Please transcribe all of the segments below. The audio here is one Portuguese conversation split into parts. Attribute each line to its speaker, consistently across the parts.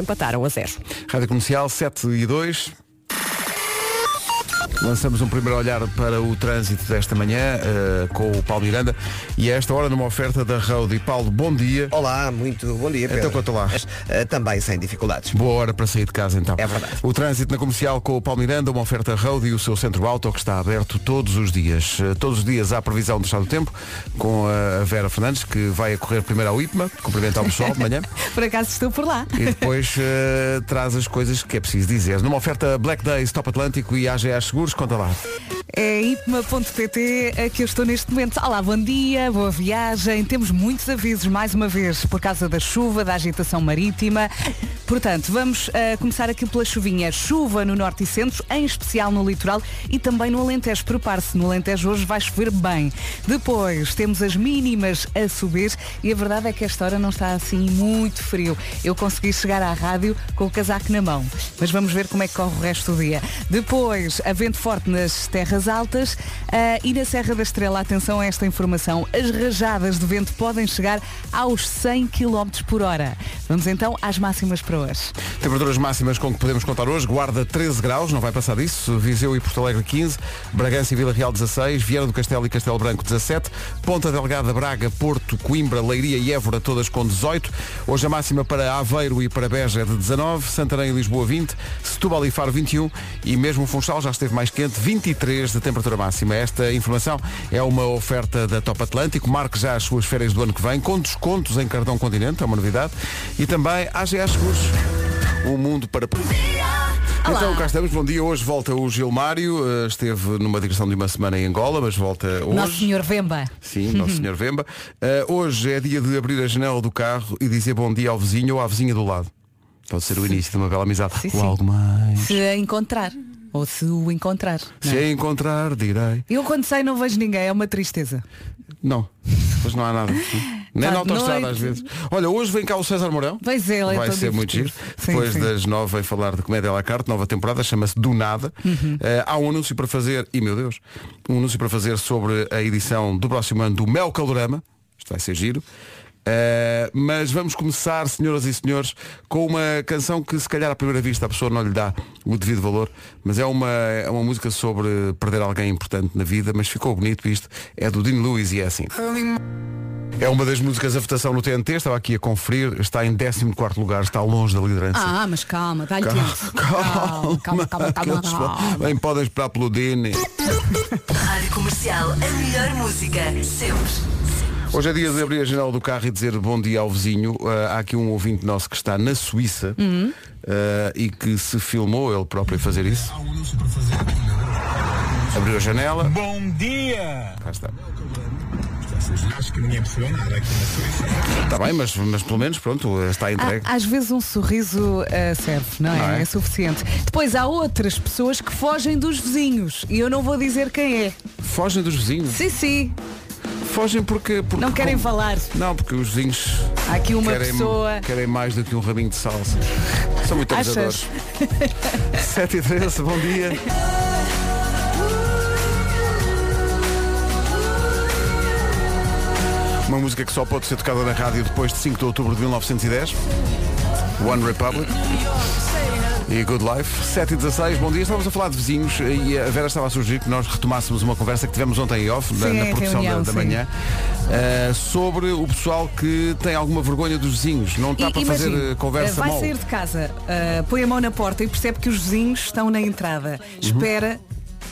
Speaker 1: empataram a zero.
Speaker 2: Rádio Comercial 7 e 2. Lançamos um primeiro olhar para o trânsito desta manhã eh, com o Paulo Miranda e a esta hora numa oferta da Road. E Paulo, bom dia.
Speaker 3: Olá, muito bom dia, Pedro.
Speaker 2: Então conta lá.
Speaker 3: Mas, ah, também sem dificuldades.
Speaker 2: Boa hora para sair de casa então.
Speaker 3: É verdade.
Speaker 2: O trânsito na comercial com o Palmiranda, uma oferta Road e o seu centro auto que está aberto todos os dias. Eh, Todos os dias há previsão do estado do tempo com a Vera Fernandes que vai a correr primeiro ao IPMA, cumprimentar o pessoal de manhã
Speaker 1: Por acaso estou por lá.
Speaker 2: e depois eh, traz as coisas que é preciso dizer. Numa oferta Black Days, Top Atlântico e AGA Seguros, conta lá.
Speaker 1: É ipma.pt a que eu estou neste momento. Olá, bom dia, boa viagem. Temos muitos avisos, mais uma vez, por causa da chuva, da agitação marítima. Portanto, vamos ah, começar aqui pela chuvinha. Chuva no norte e centro, em especial no litoral e também no Alentejo. Prepare-se, no Alentejo hoje vai chover bem. Depois temos as mínimas a subir e a verdade é que esta hora não está assim muito frio. Eu consegui chegar à rádio com o casaco na mão, mas vamos ver como é que corre o resto do dia. Depois, a vento forte nas terras altas ah, e na Serra da Estrela, atenção a esta informação, as rajadas de vento podem chegar aos 100 km por hora. Vamos então às máximas para hoje.
Speaker 2: Temperaturas máximas com que podemos contar hoje. Guarda 13 graus, não vai passar disso. Viseu e Porto Alegre 15. Bragança e Vila Real 16. Vieira do Castelo e Castelo Branco 17. Ponta Delgada, Braga, Porto, Coimbra, Leiria e Évora todas com 18. Hoje a máxima para Aveiro e para Beja é de 19. Santarém e Lisboa 20. Setúbal e Faro 21. E mesmo Funchal já esteve mais quente, 23 de temperatura máxima. Esta informação é uma oferta da Top Atlântico. Marque já as suas férias do ano que vem com descontos em cartão Continente, é uma novidade. E também AGA Seguros. Um mundo para. Então cá estamos, bom dia. Hoje volta o Gilmário, eh, esteve numa digressão de uma semana em Angola, mas volta hoje.
Speaker 1: Nosso Senhor Vemba.
Speaker 2: Sim, Nosso Senhor Vemba. Eh, hoje é dia de abrir a janela do carro e dizer bom dia ao vizinho ou à vizinha do lado. Pode ser o início de uma bela amizade.
Speaker 1: Sim,
Speaker 2: ou
Speaker 1: sim.
Speaker 2: algo mais.
Speaker 1: Se a encontrar. Ou se o encontrar. não
Speaker 2: Se
Speaker 1: é?
Speaker 2: a encontrar, direi.
Speaker 1: Eu quando saio não vejo ninguém, é uma tristeza.
Speaker 2: Não, mas não há nada. Nem na
Speaker 1: Tá de
Speaker 2: autostrada
Speaker 1: noite.
Speaker 2: às vezes. Olha, hoje vem cá o César Mourão.
Speaker 1: Pois é, ele é
Speaker 2: Vai
Speaker 1: tão
Speaker 2: ser muito giro.
Speaker 1: divertido. Sim,
Speaker 2: Depois
Speaker 1: sim.
Speaker 2: das nove vem falar de Comédia à la carte, nova temporada, chama-se Do Nada.
Speaker 1: Uhum.
Speaker 2: Eh, há um anúncio para fazer, e meu Deus, um anúncio para fazer sobre a edição do próximo ano do Mel Calorama. Isto vai ser giro. Eh, mas vamos começar, senhoras e senhores, com uma canção que se calhar à primeira vista a pessoa não lhe dá o devido valor, mas é uma, é uma música sobre perder alguém importante na vida, mas ficou bonito isto, é do Dean Lewis e é assim. É uma das músicas a votação no TNT, estava aqui a conferir, está em 14 lugar, está longe da liderança.
Speaker 1: Ah, mas calma, dá-lhe
Speaker 2: Calma,
Speaker 1: tempo.
Speaker 2: calma,
Speaker 1: calma, calma,
Speaker 2: que
Speaker 1: calma,
Speaker 2: eles
Speaker 1: calma.
Speaker 2: Bem, podem esperar pelo Dini.
Speaker 4: Rádio Comercial, a melhor música, sempre.
Speaker 2: Hoje é dia de abrir a janela do carro e dizer bom dia ao vizinho. Ah, há aqui um ouvinte nosso que está na Suíça
Speaker 1: Uhum.
Speaker 2: ah, e que se filmou ele próprio a fazer isso. Abriu a janela.
Speaker 5: Bom dia!
Speaker 2: Cá está.
Speaker 5: Acho que ninguém percebeu nada aqui na Suíça.
Speaker 2: Está bem, mas, mas pelo menos pronto, está entregue.
Speaker 1: Há- Às vezes um sorriso ah, serve, não é?
Speaker 2: Não é?
Speaker 1: é? suficiente. Depois há outras pessoas que fogem dos vizinhos e eu não vou dizer quem é.
Speaker 2: Fogem dos vizinhos.
Speaker 1: Sim, sim,
Speaker 2: Fogem porque. porque
Speaker 1: não querem falar.
Speaker 2: Não, porque os vizinhos
Speaker 1: Há aqui uma
Speaker 2: querem,
Speaker 1: pessoa.
Speaker 2: querem mais do que um rabinho de salsa. São muito
Speaker 1: Achas?
Speaker 2: abusadores. 7 e 13, bom dia. Uma música que só pode ser tocada na rádio depois de 5 de outubro de 1910. One Republic. E Good Life, 7 e 16, bom dia. Estávamos a falar de vizinhos e a Vera estava a sugerir que nós retomássemos uma conversa que tivemos ontem em off, na,
Speaker 1: Sim,
Speaker 2: na
Speaker 1: em
Speaker 2: produção da-
Speaker 1: reunião,
Speaker 2: da
Speaker 1: sim.
Speaker 2: manhã. Uh, sobre o pessoal que tem alguma vergonha dos vizinhos, não está
Speaker 1: E
Speaker 2: para fazer
Speaker 1: imagina,
Speaker 2: uh, conversa
Speaker 1: vai
Speaker 2: mal.
Speaker 1: sair de casa, ah, põe a mão na porta e percebe que os vizinhos estão na entrada. Espera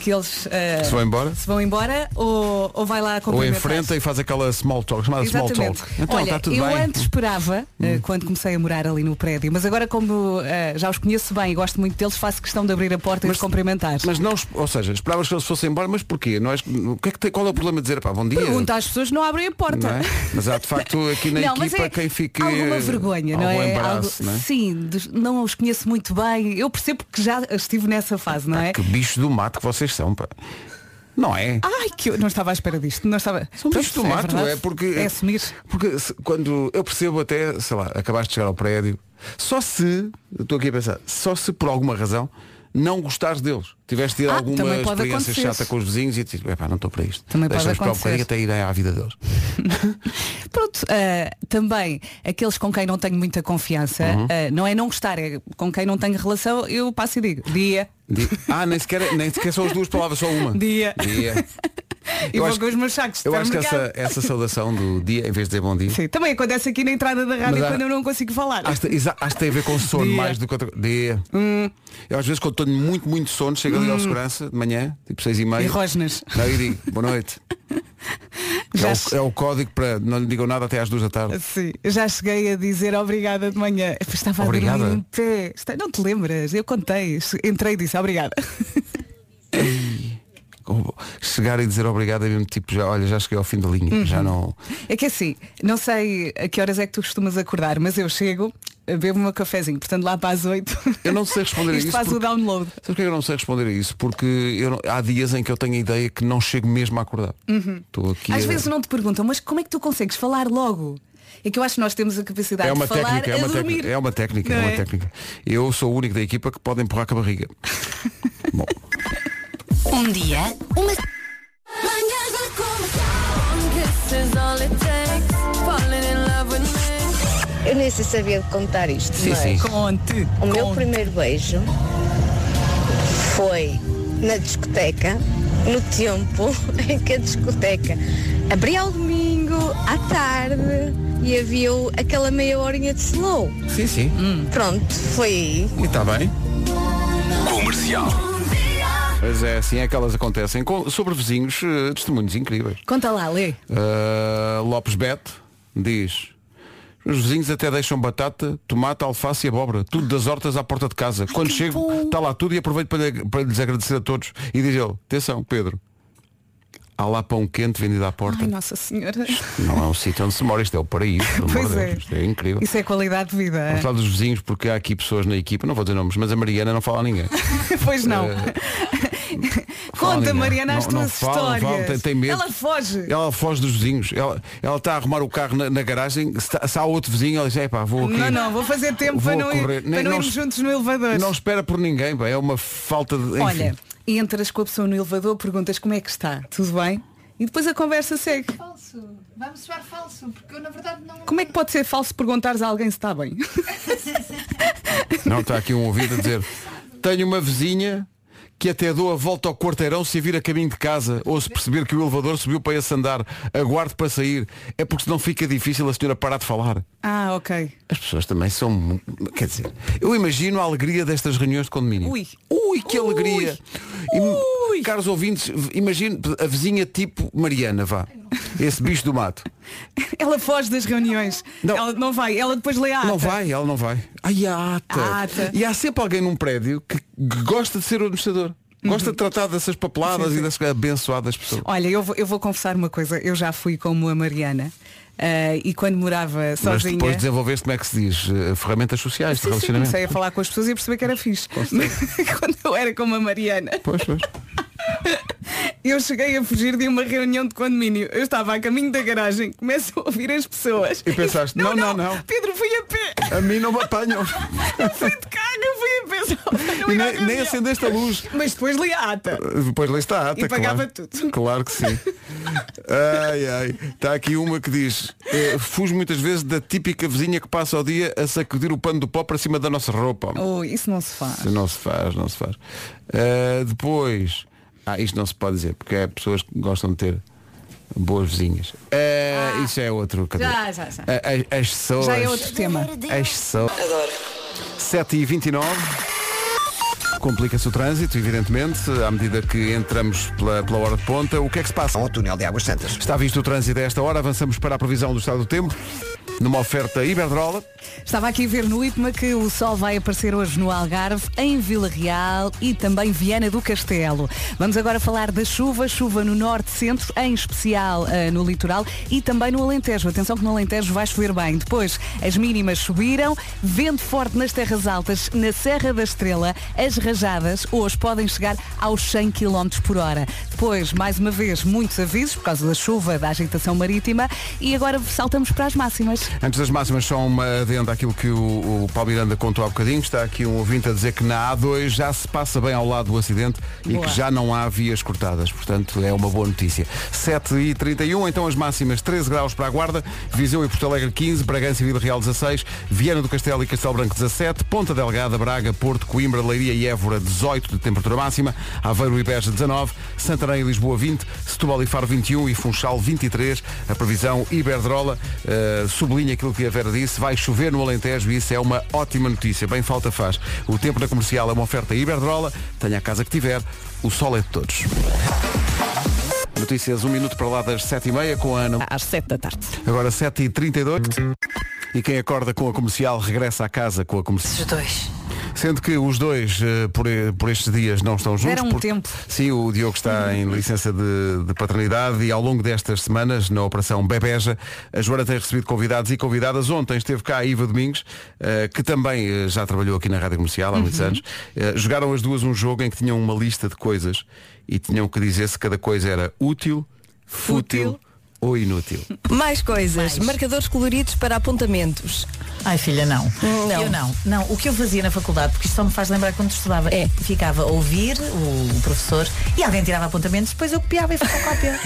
Speaker 1: que eles ah,
Speaker 2: Uhum. Se vão embora?
Speaker 1: se vão embora ou, ou vai lá
Speaker 2: Ou
Speaker 1: cumprimentar
Speaker 2: enfrenta e faz aquela small talk, chamada small
Speaker 1: Exatamente.
Speaker 2: talk. Então
Speaker 1: Olha,
Speaker 2: está tudo
Speaker 1: eu
Speaker 2: bem. Hum.
Speaker 1: antes esperava, eh, quando comecei a morar ali no prédio, mas agora como eh, já os conheço bem e gosto muito deles, faço questão de abrir a porta e
Speaker 2: Mas-
Speaker 1: de cumprimentar.
Speaker 2: Mas não, ou seja, esperavas que eles fossem embora, mas porquê? Não é, o que é que tem, qual é o problema de dizer, pá, bom dia?
Speaker 1: Pergunta às pessoas, não abrem a porta.
Speaker 2: Não é? Mas há de facto aqui na
Speaker 1: Não, mas
Speaker 2: equipa
Speaker 1: é
Speaker 2: quem fica.
Speaker 1: alguma vergonha, não
Speaker 2: algum
Speaker 1: é?
Speaker 2: embaraço, não é?
Speaker 1: Sim, dos- não os conheço muito bem. Eu percebo que já estive nessa fase, não é?
Speaker 2: Que bicho do mato que vocês são, pá. Não é?
Speaker 1: Ai, que eu não estava à espera disto. Não estava.
Speaker 2: Somos
Speaker 1: Pronto,
Speaker 2: bichos do mato,
Speaker 1: verdade.
Speaker 2: é, porque.
Speaker 1: É assumir.
Speaker 2: Porque se- quando eu percebo até, sei lá, acabaste de chegar ao prédio, só se, eu estou aqui a pensar, só se por alguma razão não gostares deles. Tiveste tido
Speaker 1: Ah,
Speaker 2: alguma
Speaker 1: também pode
Speaker 2: experiência
Speaker 1: acontecer.
Speaker 2: chata com os vizinhos e dizes, epá, não estou para isto.
Speaker 1: Também pode
Speaker 2: Deixa-os para um
Speaker 1: acontecer.
Speaker 2: bocadinho até irem à vida deles.
Speaker 1: Pronto, ah, também aqueles com quem não tenho muita confiança,
Speaker 2: Uhum.
Speaker 1: ah, não é não gostar, é com quem não tenho relação, eu passo e digo, dia,
Speaker 2: Di- Ah, nem sequer, nem sequer são as duas palavras, só uma. é.
Speaker 1: Dia.
Speaker 2: Dia.
Speaker 1: e
Speaker 2: Eu
Speaker 1: vou
Speaker 2: acho
Speaker 1: com os
Speaker 2: que-
Speaker 1: meus sacos de
Speaker 2: Eu acho que
Speaker 1: supermercado.
Speaker 2: essa, essa saudação do dia, em vez de dizer bom dia,
Speaker 1: Sim, também acontece aqui na entrada da rádio
Speaker 2: Mas há-
Speaker 1: quando eu não consigo falar.
Speaker 2: acho, que- exa- acho que tem a ver com sono
Speaker 1: Dia. Hum.
Speaker 2: mais do que outra coisa. Dia. Eu às vezes quando tenho muito, muito sono, chego ali ao segurança de manhã, tipo seis e meia.
Speaker 1: E rosnas.
Speaker 2: Não, e digo, boa noite.
Speaker 1: Já
Speaker 2: É
Speaker 1: se- Assim.
Speaker 2: o, é o código para não lhe digam nada até às duas da tarde.
Speaker 1: Sim, já cheguei a dizer obrigada de manhã. Eu Estava a
Speaker 2: Obrigada?
Speaker 1: dormir em pé. Está- Não te lembras? Eu contei. Entrei e disse obrigada.
Speaker 2: Como- Chegar e dizer obrigado é mesmo tipo, já, olha, já cheguei ao fim da linha, já não.
Speaker 1: É que assim, não sei a que horas é que tu costumas acordar, mas eu chego, bebo o meu cafezinho, portanto lá para as oito.
Speaker 2: Eu não sei responder a
Speaker 1: Isto
Speaker 2: isso
Speaker 1: faz o
Speaker 2: porque-
Speaker 1: download.
Speaker 2: Sabe porquê que eu não sei responder a isso? Porque eu não- há dias em que eu tenho a ideia que não chego mesmo a acordar. Estou aqui.
Speaker 1: Uhum. Às
Speaker 2: a-
Speaker 1: vezes não te perguntam, mas como é que tu consegues falar logo? É que eu acho que nós temos a capacidade
Speaker 2: É uma
Speaker 1: de falar
Speaker 2: técnica, é
Speaker 1: a
Speaker 2: uma
Speaker 1: dormir.
Speaker 2: técnica, é uma técnica,
Speaker 1: Não
Speaker 2: é uma
Speaker 1: é?
Speaker 2: técnica. Eu sou o único da equipa que pode empurrar com a barriga. Bom,
Speaker 4: Um dia, uma
Speaker 6: Eu nem sei sabia de contar isto,
Speaker 2: Sim,
Speaker 6: mas
Speaker 2: sim.
Speaker 1: Conte.
Speaker 6: o meu
Speaker 1: conte.
Speaker 6: primeiro beijo foi na discoteca, no tempo em que a discoteca abria ao domingo, à tarde, e havia o- aquela meia horinha de slow.
Speaker 2: sim, sim.
Speaker 7: Hum.
Speaker 6: Pronto, foi aí.
Speaker 2: E está bem. Comercial. Pois é, assim é que elas acontecem. Com- sobre vizinhos, eh, testemunhos incríveis.
Speaker 1: Conta lá, lê.
Speaker 2: Uh, Lopes Beto diz os vizinhos até deixam batata, tomate, alface e abóbora, tudo das hortas à porta de casa. Quando chego, está lá tudo e aproveito para, lhe- para lhes agradecer a todos. E diz ele, atenção, Pedro, há lá pão quente vendido à porta.
Speaker 1: Ai, Nossa Senhora.
Speaker 2: não é um sítio onde se mora, isto é o paraíso. pelo amor
Speaker 1: Pois
Speaker 2: de
Speaker 1: é.
Speaker 2: Deus, Isto é incrível.
Speaker 1: Isso é qualidade de vida.
Speaker 2: Vamos falar dos vizinhos, porque há aqui pessoas na equipa, não vou dizer nomes, mas a Mariana não fala a ninguém.
Speaker 1: Pois não.
Speaker 2: Fala a
Speaker 1: Conta,
Speaker 2: ninguém.
Speaker 1: Mariana, as
Speaker 2: Eh, Não- não
Speaker 1: tuas
Speaker 2: fala, não
Speaker 1: histórias.
Speaker 2: fala, tem- tem medo.
Speaker 1: Ela foge.
Speaker 2: Ela foge dos vizinhos. Ela, ela está a arrumar o carro na, na garagem. Se, tá- se há outro vizinho, ela diz, epá, vou aqui.
Speaker 1: Não, não, vou fazer tempo
Speaker 2: Vou
Speaker 1: para não,
Speaker 2: correr.
Speaker 1: ir, para
Speaker 2: Nem-
Speaker 1: não,
Speaker 2: não
Speaker 1: irmos
Speaker 2: es-
Speaker 1: juntos no elevador.
Speaker 2: Não espera por ninguém, pá, é uma falta de. enfim.
Speaker 1: Olha, entras com a pessoa no elevador, perguntas como é que está, tudo bem? E depois a conversa segue.
Speaker 8: Falso. Vai-me soar falso, porque eu na verdade não.
Speaker 1: Como é que pode ser falso perguntares a alguém se está bem?
Speaker 2: Não, está aqui um ouvido a dizer, tenho uma vizinha que até dou a volta ao quarteirão se a vir a caminho de casa ou se perceber que o elevador subiu para esse andar, aguardo para sair. É porque senão fica difícil a senhora parar de falar.
Speaker 1: Ah, ok.
Speaker 2: As pessoas também são. mu- Quer dizer, eu imagino a alegria destas reuniões de condomínio.
Speaker 1: Ui.
Speaker 2: Ui, que
Speaker 1: Ui.
Speaker 2: alegria! Im- Caros ouvintes, imagino a vizinha tipo Mariana, vá. Esse bicho do mato.
Speaker 1: Ela foge das reuniões.
Speaker 2: Não.
Speaker 1: Ela não vai, ela depois lê a ata.
Speaker 2: Não vai, ela não vai. Ai, a ata.
Speaker 1: A ata.
Speaker 2: E há sempre alguém num prédio que que gosta de ser o administrador. Gosta
Speaker 1: Uhum.
Speaker 2: de tratar dessas papeladas e das abençoadas pessoas.
Speaker 1: Olha, eu vou, eu vou confessar uma coisa, eu já fui como a Mariana ah, e quando morava
Speaker 2: Mas
Speaker 1: sozinha.
Speaker 2: depois desenvolveste como é que se diz? eh, Ferramentas sociais de
Speaker 1: Sim, sim,
Speaker 2: relacionamento.
Speaker 1: comecei a falar com as pessoas e a perceber que era fixe. Mas Quando eu era como a Mariana,
Speaker 2: Pois, pois.
Speaker 1: eu cheguei a fugir de uma reunião de condomínio. Eu estava a caminho da garagem, começo a ouvir as pessoas.
Speaker 2: E pensaste, não, não, não.
Speaker 1: Pedro, fui a pé.
Speaker 2: A mim não me apanham.
Speaker 1: Eu fui de carro, eu fui a pé. só para não
Speaker 2: E
Speaker 1: ir à
Speaker 2: nem, nem
Speaker 1: reunião.
Speaker 2: acendeste a luz.
Speaker 1: Mas depois li a ata.
Speaker 2: Depois lá está a ata,
Speaker 1: E pagava
Speaker 2: claro.
Speaker 1: tudo.
Speaker 2: Claro que sim. Ai, ai. Está aqui uma que diz, eh, fujo muitas vezes da típica vizinha que passa o dia a sacudir o pano do pó para cima da nossa roupa.
Speaker 1: Oh, isso não se faz.
Speaker 2: Se Não se faz, não se faz. Ah, depois, ah, isto não se pode dizer, porque há pessoas que gostam de ter boas vizinhas. Ah, isso é outro. cadê?
Speaker 1: Já, já, já.
Speaker 2: Ah, As, as pessoas.
Speaker 1: Já é outro tema.
Speaker 2: As pessoas. 7h29. Complica-se o trânsito, evidentemente, à medida que entramos pela, pela hora de ponta. O que é que se passa?
Speaker 3: Ao túnel de Águas Santas.
Speaker 2: Está visto o trânsito a esta hora, avançamos para a previsão do estado do tempo, numa oferta Iberdrola.
Speaker 1: Estava aqui a ver no IPMA que o sol vai aparecer hoje no Algarve, em Vila Real e também Viana do Castelo. Vamos agora falar da chuva, chuva no norte-centro, em especial ah, no litoral e também no Alentejo. Atenção que no Alentejo vai chover bem. Depois, as mínimas subiram, vento forte nas terras altas, na Serra da Estrela, as rajadas hoje podem chegar aos 100 km por hora. Depois, mais uma vez, muitos avisos por causa da chuva, da agitação marítima e agora saltamos para as máximas.
Speaker 2: Antes das máximas, só uma adenda àquilo que o, o Paulo Miranda contou há bocadinho. Está aqui um ouvinte a dizer que na A2 já se passa bem ao lado do acidente e
Speaker 1: Boa.
Speaker 2: que já não há vias cortadas. Portanto, é uma boa notícia. 7 e 31, então as máximas 13 graus para a Guarda, Viseu e Porto Alegre 15, Bragança e Vila Real 16, Viana do Castelo e Castelo Branco 17, Ponta Delgada, Braga, Porto, Coimbra, Leiria e Évora 18 de temperatura máxima, Aveiro e Beja 19, Santarém e Lisboa 20, Setúbal e Faro 21 e Funchal 23. A previsão Iberdrola eh, sublinha aquilo que a Vera disse, vai chover no Alentejo e isso é uma ótima notícia, bem falta faz. O tempo da comercial é uma oferta Iberdrola, tenha a casa que tiver, o sol é de todos. Notícias, um minuto para lá das 7h30 com a Ana.
Speaker 1: Às 7 da tarde.
Speaker 2: Agora 7h32. E quem acorda com a comercial regressa à casa com a comercial.
Speaker 4: Os dois.
Speaker 2: Sendo que os dois eh, por, e- por estes dias não estão juntos.
Speaker 1: Deram um
Speaker 2: porque-
Speaker 1: tempo. Uhum.
Speaker 2: Sim, o Diogo está em licença de, de paternidade e ao longo destas semanas, na Operação Bebeja, a Joana tem recebido convidados e convidadas. Ontem esteve cá a Iva Domingos, eh, que também eh, já trabalhou aqui na Rádio Comercial há muitos
Speaker 1: Uhum.
Speaker 2: anos. Eh, jogaram as duas um jogo em que tinham uma lista de coisas e tinham que dizer se cada coisa era útil, fútil
Speaker 1: Fútil.
Speaker 2: ou inútil.
Speaker 7: Mais coisas. Marcadores coloridos para apontamentos.
Speaker 9: Ai filha, não.
Speaker 7: Não.
Speaker 9: Eu não. Não, o que eu fazia na faculdade, porque isto só me faz lembrar quando estudava, é ficava a ouvir o professor e alguém tirava apontamentos, depois eu copiava e fotocópia.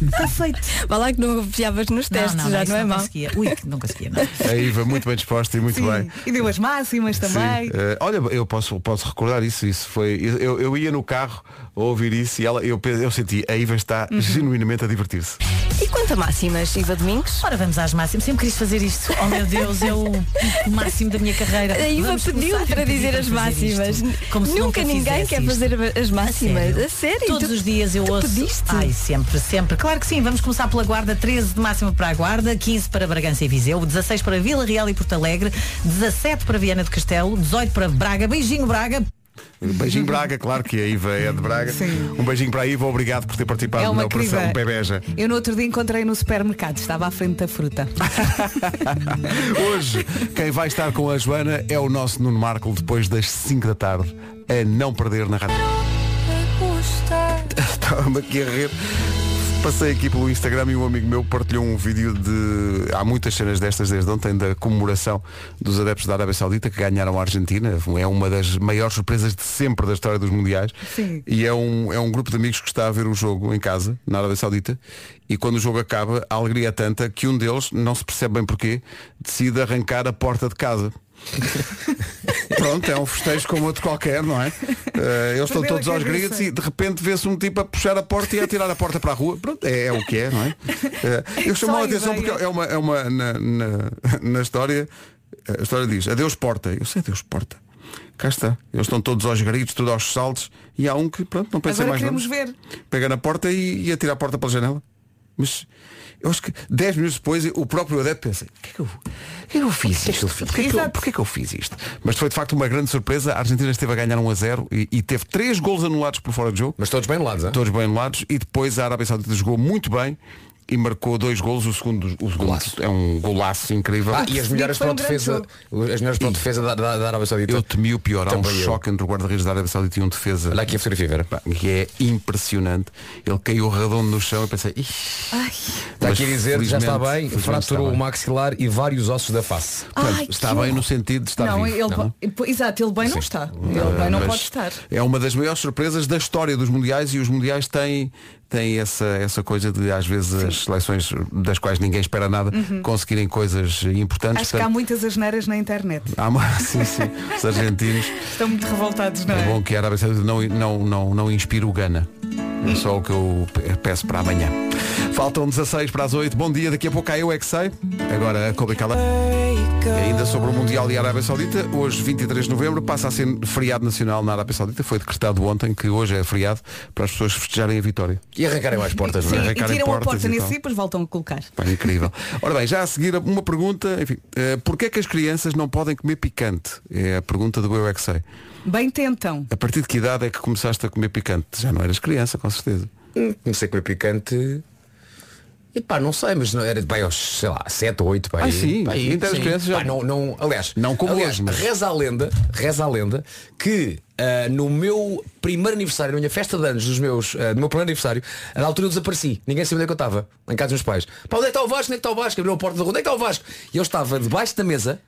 Speaker 9: Está feito.
Speaker 7: Vá lá que não copiavas nos testes, já
Speaker 9: isso
Speaker 7: não é mau.
Speaker 9: conseguia. Ui, que não conseguia, não.
Speaker 2: A Iva muito bem disposta e muito bem.
Speaker 1: E deu as máximas também.
Speaker 2: Sim. Eh, olha, eu posso, posso recordar isso. Isso foi. Eu, eu ia no carro a ouvir isso e ela, eu, pe- eu senti, a Iva está
Speaker 1: Uhum.
Speaker 2: genuinamente a divertir-se.
Speaker 7: E quanto a máximas, Iva Domingos?
Speaker 9: Ora, vamos às máximas. Sempre quis fazer isto. Oh meu Deus, é o pico máximo da minha carreira.
Speaker 7: A Iva
Speaker 9: Vamos
Speaker 7: pediu
Speaker 9: começar a
Speaker 7: para
Speaker 9: pedir
Speaker 7: dizer
Speaker 9: para
Speaker 7: as
Speaker 9: fazer isto.
Speaker 7: máximas.
Speaker 9: Como se
Speaker 7: nunca,
Speaker 9: nunca
Speaker 7: ninguém
Speaker 9: fizesse
Speaker 7: quer
Speaker 9: isto.
Speaker 7: fazer as máximas. A sério?
Speaker 9: Todos
Speaker 7: Tu-
Speaker 9: os dias eu
Speaker 7: tu
Speaker 9: ouço.
Speaker 7: pediste?
Speaker 9: Ai, sempre, sempre. Claro que sim. Vamos começar pela Guarda, 13 de máximo para a Guarda, 15 para Bragança e Viseu, 16 para Vila Real e Porto Alegre, 17 para Viana do Castelo, 18 para Braga. Beijinho, Braga.
Speaker 2: Beijinho Braga, claro que a Iva é de Braga.
Speaker 1: Sim.
Speaker 2: Um beijinho para a Iva, obrigado por ter participado
Speaker 1: É
Speaker 2: na
Speaker 1: uma
Speaker 2: operação
Speaker 1: querida.
Speaker 2: Bebeja.
Speaker 1: Eu no outro dia encontrei no supermercado, estava à frente da fruta.
Speaker 2: Ah, Hoje, quem vai estar com a Joana é o nosso Nuno Marco depois das 5 da tarde. A não perder na rádio. Estava-me aqui a rir. Passei aqui pelo Instagram e um amigo meu partilhou um vídeo de. Há muitas cenas destas desde ontem, da comemoração dos adeptos da Arábia Saudita que ganharam a Argentina. É uma das maiores surpresas de sempre da história dos mundiais.
Speaker 1: Sim.
Speaker 2: E é um, é um grupo de amigos que está a ver o jogo em casa, na Arábia Saudita, e quando o jogo acaba, a alegria é tanta que um deles, não se percebe bem porquê, decide arrancar a porta de casa. Pronto, é um festejo como outro qualquer, não é? Eh, eles estão
Speaker 1: Perdeu a
Speaker 2: todos aos
Speaker 1: cabeça.
Speaker 2: gritos e de repente vê-se um tipo a puxar a porta e a tirar a porta para a rua. Pronto, é, é o que é, não é? Eh, eu chamo a
Speaker 1: Só
Speaker 2: atenção
Speaker 1: ideia.
Speaker 2: porque é uma, é uma na, na, na história, a história diz, adeus porta. Eu sei adeus porta. Cá está. Eles estão todos aos gritos, todos aos saltos e há um que, pronto, não pensa
Speaker 1: Agora
Speaker 2: mais
Speaker 1: queremos
Speaker 2: nada.
Speaker 1: ver.
Speaker 2: Pega na porta e, e atira a porta pela janela. Mas eu acho que 10 minutos depois o próprio adepto pensa, "O que é que eu, o que é que eu fiz isto? Porquê que eu, porquê que eu fiz isto? Mas foi de facto uma grande surpresa. A Argentina esteve a ganhar 1 a 0 e, e teve três golos anulados por fora de jogo
Speaker 10: Mas todos bem lados, hein?
Speaker 2: todos bem anulados e depois a Arábia Saudita jogou muito bem e marcou dois golos, o segundo, o segundo é um golaço incrível.
Speaker 10: Ah, e as melhores
Speaker 1: foi
Speaker 10: para
Speaker 1: um
Speaker 10: a
Speaker 1: grande
Speaker 10: defesa, as melhores para a defesa da, da, da Arábia Saudita.
Speaker 2: Eu temi o pior, há um
Speaker 10: Também eu.
Speaker 2: choque entre o guarda-redes da Arábia Saudita e um defesa.
Speaker 10: Olha aqui a fotografia, Vera.
Speaker 2: Pá, que é impressionante. Ele caiu redondo no chão e pensei, "Ixi."
Speaker 10: Está
Speaker 2: Mas
Speaker 10: aqui a dizer, já está
Speaker 2: felizmente-
Speaker 10: bem,
Speaker 2: felizmente
Speaker 10: fraturou
Speaker 2: está
Speaker 10: o
Speaker 2: bem.
Speaker 10: maxilar e vários ossos da face.
Speaker 2: Portanto,
Speaker 7: Ai,
Speaker 2: está
Speaker 7: que
Speaker 2: bem no sentido de estar
Speaker 1: não,
Speaker 2: vivo.
Speaker 1: ele
Speaker 2: não é?
Speaker 1: po- po- Exato, ele bem não está. Ele bem não
Speaker 2: Mas
Speaker 1: pode estar.
Speaker 2: É uma das maiores surpresas da história dos mundiais e os mundiais têm, têm essa, essa coisa de, às vezes, as seleções das quais ninguém espera nada conseguirem coisas importantes.
Speaker 1: Uhum. Acho que há muitas asneiras na internet.
Speaker 2: Há uma- sim, sim. Os argentinos.
Speaker 1: Estão muito revoltados, não
Speaker 2: É
Speaker 1: é?
Speaker 2: bom que a Arábia Saudita não, não, não, não inspire o Gana. É só o que eu pe- peço para amanhã. Faltam 16 para as 8. Bom dia, daqui a pouco há eu é que sei. Agora a Kobe Cala. Ainda sobre o Mundial e a Arábia Saudita, hoje 23 de novembro passa a ser feriado nacional na Arábia Saudita. Foi decretado ontem que hoje é feriado para as pessoas festejarem a vitória.
Speaker 10: E arrancarem mais portas, não
Speaker 1: Sim,
Speaker 10: é?
Speaker 1: e
Speaker 2: arrancarem
Speaker 1: tiram a
Speaker 2: portas
Speaker 1: porta
Speaker 2: e
Speaker 1: nesse
Speaker 2: tal.
Speaker 1: dia e depois voltam a colocar.
Speaker 2: Pá, é incrível. Ora bem, já a seguir uma pergunta, enfim, eh, porquê é que as crianças não podem comer picante? É a pergunta do Eu é que sei.
Speaker 1: Bem tentam.
Speaker 2: A partir de que idade é que
Speaker 10: um
Speaker 2: começaste a comer picante? Já não eras criança, com certeza.
Speaker 10: Comecei a comer picante E pá, não sei, mas não, era pá, aos, sei lá, 7 ou 8, pá.
Speaker 2: Ah,
Speaker 10: aí,
Speaker 2: sim,
Speaker 10: pá, aí,
Speaker 2: em termos de crianças já-
Speaker 10: Pá, não, não, aliás,
Speaker 2: Não como
Speaker 10: aliás,
Speaker 2: hoje, mas-
Speaker 10: reza a lenda, reza a lenda que ah, no meu primeiro aniversário, na minha festa de anos dos meus, ah, do meu primeiro aniversário, na altura eu desapareci. Ninguém sabia onde é que eu estava, em casa dos meus pais. Pá, onde é que está o Vasco? Onde é que está o Vasco? Abriu a porta da rua, onde é que está o Vasco? E eu estava debaixo da mesa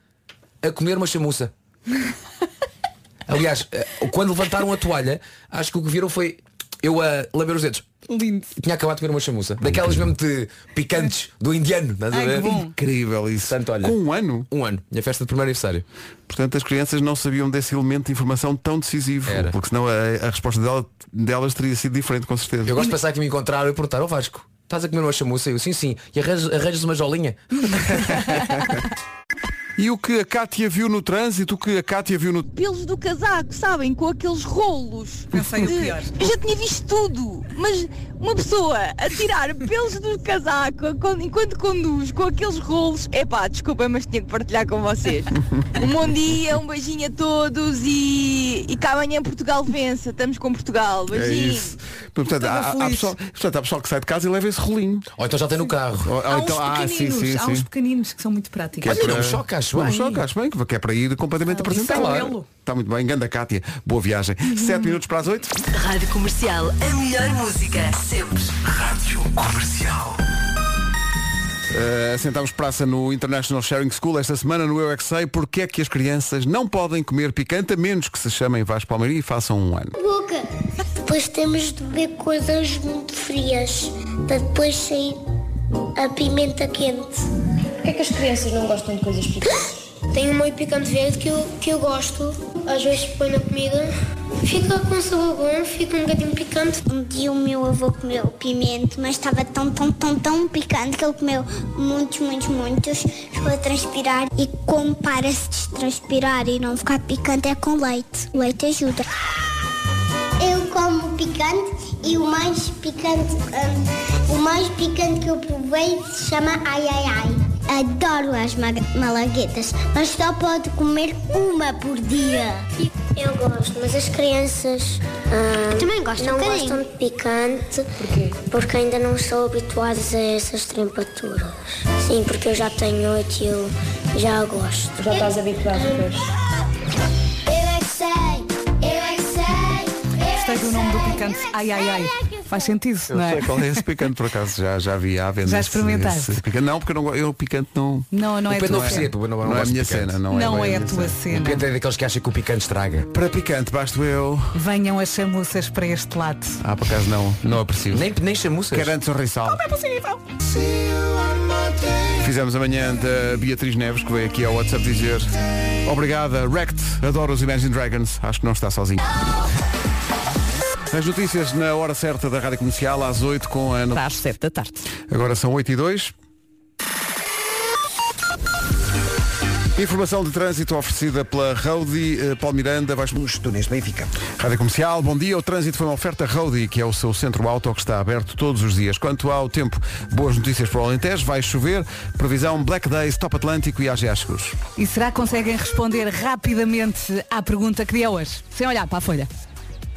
Speaker 10: a comer uma chamuça. Aliás, eh, quando levantaram a toalha, acho que o que viram foi eu a lamber os dedos.
Speaker 1: Lindo.
Speaker 10: Tinha acabado de comer uma chamuça. Daquelas mesmo de picantes do indiano. Estás a
Speaker 1: Ai, que
Speaker 10: ver?
Speaker 1: bom.
Speaker 2: Incrível isso.
Speaker 10: Portanto, olha.
Speaker 2: Com um ano.
Speaker 10: Um ano. Minha festa de primeiro aniversário.
Speaker 2: Portanto, as crianças não sabiam desse elemento de informação tão decisivo.
Speaker 10: Era.
Speaker 2: Porque senão a, a resposta dela- delas teria sido diferente, com certeza.
Speaker 10: Eu gosto de pensar que me encontraram e perguntaram, ao Vasco, estás a comer uma chamuça? Eu sim, sim. E arranjas, arranjas uma jolinha?
Speaker 2: E o que a Cátia viu no trânsito, o que a Cátia viu no.
Speaker 6: Pelos do casaco, sabem? Com aqueles rolos.
Speaker 1: Pensei o
Speaker 6: de-
Speaker 1: pior.
Speaker 6: Eu já tinha visto tudo, mas uma pessoa a tirar pelos do casaco quando- enquanto conduz com aqueles rolos, é pá, desculpa, mas tinha que partilhar com vocês. Um bom dia, um beijinho a todos e, e cá amanhã Portugal vença. Estamos com Portugal.
Speaker 2: É
Speaker 6: Beijinho.
Speaker 2: isso.
Speaker 1: Então
Speaker 2: Portanto, há, há, pessoal, portanto, há pessoal que sai de casa e leva esse rolinho.
Speaker 10: Ou então já tem no carro.
Speaker 2: Ou- ou
Speaker 1: Há uns
Speaker 2: então- ah, sim,
Speaker 1: pequeninos,
Speaker 2: sim,
Speaker 1: há
Speaker 2: sim. é
Speaker 1: uns pequeninos que são muito práticos.
Speaker 10: Olha, não me choca, acho
Speaker 2: Não me
Speaker 10: bem.
Speaker 2: choca, acho bem, que é para ir completamente apresentar.
Speaker 1: sem pelo.
Speaker 2: Está muito bem, ganda Cátia. Boa viagem.
Speaker 1: Uhum.
Speaker 2: Sete minutos para as oito.
Speaker 4: Rádio Comercial, a melhor música sempre.
Speaker 2: Uh, assentámos praça no International Sharing School esta semana no Eu é que Sei porque é que as crianças não podem comer picante a menos que se chamem Vasco Palmeirinho e façam um ano.
Speaker 11: boca. Depois temos de beber coisas muito frias para depois sair a pimenta quente. Porquê que as crianças não gostam de coisas picantes? Tem um molho picante verde que eu, que eu gosto. Às vezes põe na comida. Fica com sabor bom, fica um bocadinho picante. Um dia o meu avô comeu pimento, mas estava tão, tão, tão, tão picante que ele comeu muitos, muitos, muitos. Ficou a transpirar. E como para-se de transpirar e não ficar picante é com leite. Leite ajuda. Eu como picante e o mais picante, hum, o mais picante que eu provei se chama ai ai ai. Adoro as ma- malaguetas, mas só pode comer uma por dia. Eu gosto, mas as crianças também um gostam, não gostam de picante porque ainda não são habituadas a essas temperaturas. Sim, porque eu já tenho oito e eu já gosto. Já estás habituada, Eu é que sei, eu é que sei. eu é
Speaker 1: Gostei do
Speaker 11: que
Speaker 1: nome do
Speaker 11: sei,
Speaker 1: picante.
Speaker 11: eu é que
Speaker 1: Ai, ai,
Speaker 11: sei,
Speaker 1: ai.
Speaker 11: eu é que
Speaker 1: Faz
Speaker 11: sei.
Speaker 1: sentido, não é?
Speaker 2: qual é esse picante, por acaso, já, já vi à venda.
Speaker 1: Já
Speaker 2: esse-
Speaker 1: experimentaste?
Speaker 2: esse picante. Não, porque eu, não, go- eu picante não.
Speaker 1: Não, não é
Speaker 10: Depende
Speaker 1: tua.
Speaker 10: da oferecida, porque eu não, não,
Speaker 2: é a
Speaker 10: gosto de
Speaker 2: minha
Speaker 10: picante.
Speaker 2: cena, não,
Speaker 1: Não
Speaker 2: bem
Speaker 1: é
Speaker 2: a minha
Speaker 1: a tua cena.
Speaker 10: Depende é daqueles que acham que o picante estraga.
Speaker 2: Para picante, basto eu.
Speaker 1: Venham as chamuças para este lado.
Speaker 2: Ah, por acaso não, não aprecio.
Speaker 10: Nem, nem chamuças.
Speaker 2: Quer antes o Rissal. Fizemos amanhã da Beatriz Neves, que veio aqui ao WhatsApp dizer Obrigada, Wrecked, adoro os Imagine Dragons, acho que não está sozinho. As notícias na hora certa da Rádio Comercial, às 8 com a Ana.
Speaker 9: Às 7 da tarde.
Speaker 2: Agora são 8 e 2. Informação de trânsito oferecida pela Rodi eh, Paulo Miranda, vais
Speaker 3: Nos túneis de Benfica.
Speaker 2: Rádio Comercial, bom dia. O trânsito foi uma oferta Roadie, que é o seu centro auto que está aberto todos os dias. Quanto ao tempo, boas notícias para o Alentejo, vai chover. Previsão Black Days, Top Atlântico e AGA Seguros.
Speaker 1: E será que conseguem responder rapidamente à pergunta que dia hoje? Sem olhar para a folha.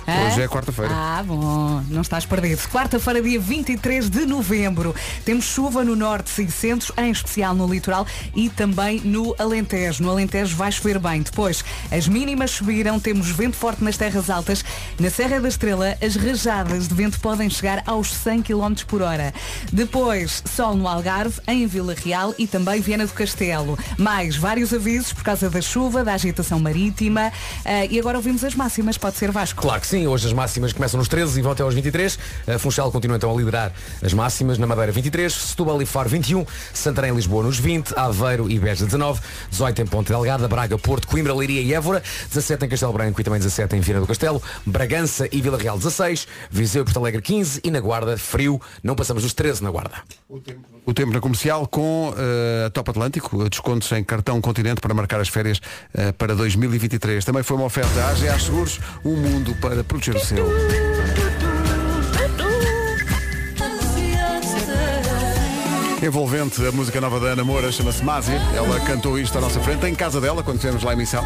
Speaker 1: Hã?
Speaker 2: Hoje é quarta-feira.
Speaker 1: Ah, bom, não estás perdido. Quarta-feira, dia 23 de novembro. Temos chuva no norte e centro, em especial no litoral e também no Alentejo. No Alentejo vai chover bem. Depois, as mínimas subiram, temos vento forte nas terras altas. Na Serra da Estrela, as rajadas de vento podem chegar aos 100 km por hora. Depois, sol no Algarve, em Vila Real e também Viana do Castelo. Mais vários avisos por causa da chuva, da agitação marítima. Ah, e agora ouvimos as máximas, pode ser Vasco.
Speaker 10: Claro que sim, hoje as máximas começam nos 13 e vão até aos 23. A Funchal continua então a liderar as máximas na Madeira 23, Setúbal e Faro 21, Santarém e Lisboa nos 20, Aveiro e Beja 19, 18 em Ponte Delgada, Braga, Porto, Coimbra, Leiria e Évora, 17 em Castelo Branco e também 17 em Viana do Castelo, Bragança e Vila Real 16, Viseu e Porto Alegre 15 e na Guarda frio, não passamos dos 13 na Guarda.
Speaker 2: O tempo na comercial com eh, a Top Atlântico, descontos em cartão continente para marcar as férias eh, para 2023. Também foi uma oferta à AGA Seguros, um mundo para proteger o seu. Envolvente, a música nova da Ana Moura chama-se Másia. Ela cantou isto à nossa frente, em casa dela, quando fizemos lá a emissão.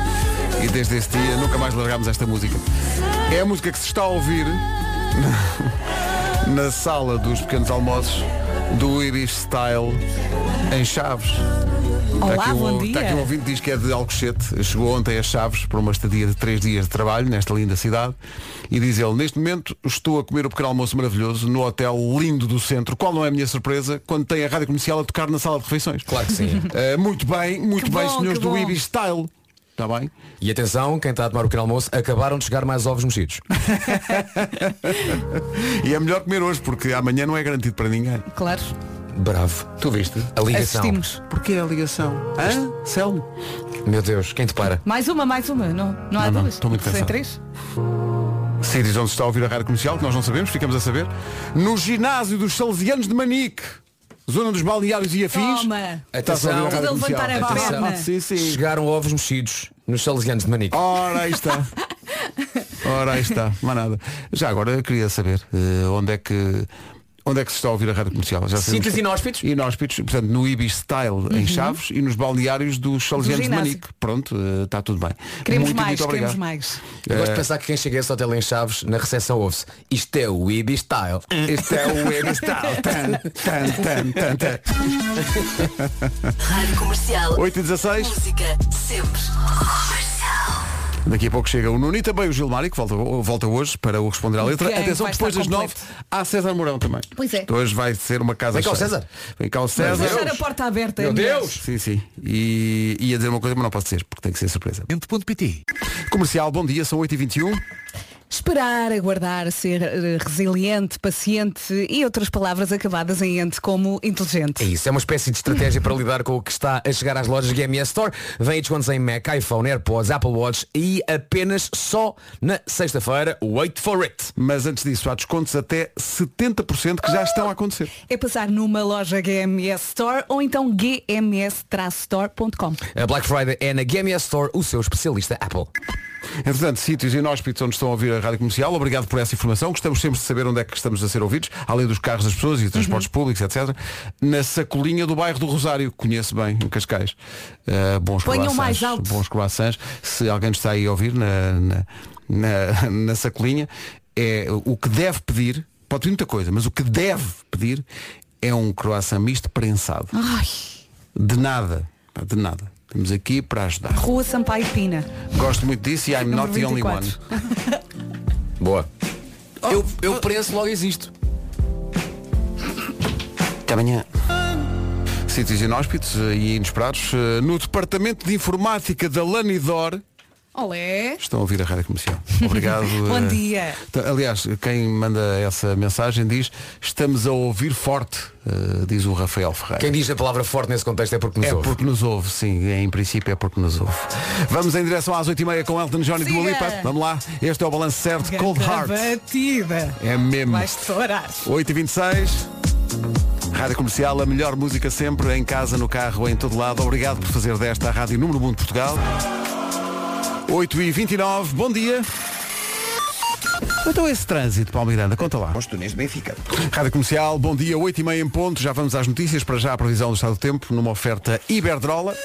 Speaker 2: E desde esse dia nunca mais largámos esta música. É a música que se está a ouvir na sala dos pequenos almoços do Irish Style em Chaves.
Speaker 1: Olá,
Speaker 2: Está aqui um-
Speaker 1: bom dia.
Speaker 2: Está aqui um ouvinte que diz que é de Alcochete. Chegou ontem a Chaves para uma estadia de três dias de trabalho nesta linda cidade. E diz ele, neste momento estou a comer o pequeno almoço maravilhoso no hotel lindo do centro. Qual não é a minha surpresa quando tem a rádio comercial a tocar na sala de refeições? Eh,
Speaker 10: Claro que sim.
Speaker 2: muito bem, muito
Speaker 10: Que
Speaker 2: bem,
Speaker 10: bom,
Speaker 2: senhores
Speaker 10: que
Speaker 2: do
Speaker 10: bom.
Speaker 2: Ibis Style. Está bem?
Speaker 10: E atenção, quem está a tomar o pequeno almoço, acabaram de chegar mais ovos mexidos.
Speaker 2: E é melhor comer hoje, porque amanhã não é garantido para ninguém.
Speaker 1: Claro.
Speaker 10: Bravo.
Speaker 2: Tu viste?
Speaker 10: A ligação.
Speaker 1: Assistimos.
Speaker 2: Porquê a ligação? Hã? Selmo?
Speaker 10: Meu Deus, quem te para?
Speaker 1: Mais uma, mais uma. Não, não há
Speaker 2: Não, não,
Speaker 1: duas.
Speaker 2: estou muito
Speaker 1: Sem
Speaker 2: cansado.
Speaker 1: três?
Speaker 2: Sítios onde se está a ouvir a rádio comercial, que nós não sabemos, ficamos a saber. No ginásio dos Salesianos de Manique, zona dos balneários e afins.
Speaker 1: Toma.
Speaker 2: Está-se a ouvir a rádio
Speaker 1: Tudo a levantar
Speaker 2: comercial.
Speaker 1: a
Speaker 2: Atenção.
Speaker 1: perna.
Speaker 2: Sim, sim.
Speaker 10: Chegaram ovos mexidos nos salesianos de Manique.
Speaker 2: Ora, aí está. Ora, aí está. Mas nada. Já agora eu queria saber eh, onde é que. Onde é que se está a ouvir a rádio comercial? Já sabemos
Speaker 10: Sítios
Speaker 2: que- é
Speaker 10: inóspitos?
Speaker 2: Inóspitos, portanto, no Ibis Style em Chaves e nos balneários dos Salesianos de
Speaker 1: Uhum. ginásio.
Speaker 2: Manique. Pronto, eh, está tudo bem.
Speaker 1: Queremos
Speaker 2: muito,
Speaker 1: mais,
Speaker 2: muito
Speaker 1: queremos
Speaker 2: obrigado.
Speaker 1: mais.
Speaker 10: Eu gosto
Speaker 2: Eh,
Speaker 10: de pensar que quem chega a esse hotel em Chaves, na recepção ouve-se. Isto é o Ibi Style.
Speaker 2: Isto é o Ibi Style. Tan, tan, tan, tan, tan.
Speaker 4: Rádio Comercial.
Speaker 2: 8 e 16.
Speaker 4: Música sempre.
Speaker 2: Daqui a pouco chega o Nuno e também o Gilmário, que volta, volta hoje para o Responder à Letra.
Speaker 1: Quem
Speaker 2: Atenção,
Speaker 1: vai
Speaker 2: depois das
Speaker 1: estar
Speaker 2: nove há César Mourão também.
Speaker 1: Pois é.
Speaker 2: Hoje vai ser uma casa
Speaker 10: Vem cá o
Speaker 2: cheia.
Speaker 10: César.
Speaker 2: Vem cá o
Speaker 1: Vamos
Speaker 2: César.
Speaker 1: Deixar a porta aberta.
Speaker 10: Meu
Speaker 1: é melhor.
Speaker 10: Deus!
Speaker 2: Sim, sim. E ia dizer uma coisa, mas não posso dizer, porque tem que ser surpresa.
Speaker 12: Ente.pt
Speaker 2: Comercial, bom dia, são 8h21.
Speaker 1: Esperar, aguardar, ser eh, resiliente, paciente e outras palavras acabadas em ente como inteligente.
Speaker 10: É isso, é uma espécie de estratégia para lidar com o que está a chegar às lojas Game Yes Store. Vem descontos em Mac, iPhone, AirPods, Apple Watch e apenas só na sexta-feira. Wait for it.
Speaker 2: Mas antes disso, há descontos até 70% que já estão a acontecer.
Speaker 1: É passar numa loja GMS Store ou então gms-store.com.
Speaker 10: A Black Friday é na Game Yes Store, o seu especialista Apple.
Speaker 2: Entretanto, sítios inóspitos onde estão a ouvir a rádio comercial, obrigado por essa informação. Gostamos sempre de saber onde é que estamos a ser ouvidos, além dos carros das pessoas e dos transportes
Speaker 1: Uhum.
Speaker 2: públicos, etc. Na sacolinha do bairro do Rosário, conheço bem, em Cascais. Uh, bons
Speaker 1: Ponham
Speaker 2: croissants,
Speaker 1: mais alto.
Speaker 2: Bons croissants. Se alguém nos está aí a ouvir na, na, na, na sacolinha, é o que deve pedir, pode pedir muita coisa, mas o que deve pedir é um croissant misto prensado.
Speaker 1: Ai,
Speaker 2: De nada. pá, De nada. Estamos aqui para ajudar.
Speaker 1: Rua Sampaio Pina.
Speaker 2: Gosto muito disso e I'm not the only one.
Speaker 10: Boa.
Speaker 1: Oh,
Speaker 10: Eu, eu preço logo existo.
Speaker 2: Até amanhã. Sítios inóspitos eh, e inesperados. eh, No Departamento de Informática da Lanidor
Speaker 1: Olé.
Speaker 2: estão a ouvir a rádio comercial. Obrigado.
Speaker 1: Bom
Speaker 2: eh,
Speaker 1: dia.
Speaker 2: t- Aliás, quem manda essa mensagem diz estamos a ouvir forte, eh, diz o Rafael Ferreira.
Speaker 10: Quem diz a palavra forte nesse contexto é porque nos
Speaker 2: É
Speaker 10: ouve.
Speaker 2: porque nos ouve, sim, em princípio é porque nos ouve. Vamos em direção às 8h30 com Elton John e Dua
Speaker 1: Siga.
Speaker 2: Lipa. Vamos lá, este é o balanço certo, Cold
Speaker 1: Ganda
Speaker 2: Heart.
Speaker 1: Batida.
Speaker 2: É mesmo.
Speaker 1: Vais estourar.
Speaker 2: 8h26. Rádio Comercial, a melhor música sempre, em casa, no carro, em todo lado. Obrigado por fazer desta a Rádio Número 1 de Portugal. 8h29, bom dia. Então esse trânsito, Paulo Miranda, conta lá.
Speaker 3: Os túneis de Benfica.
Speaker 2: Rádio Comercial, bom dia, 8h30 em ponto. Já vamos às notícias, para já a previsão do estado do tempo, numa oferta Iberdrola.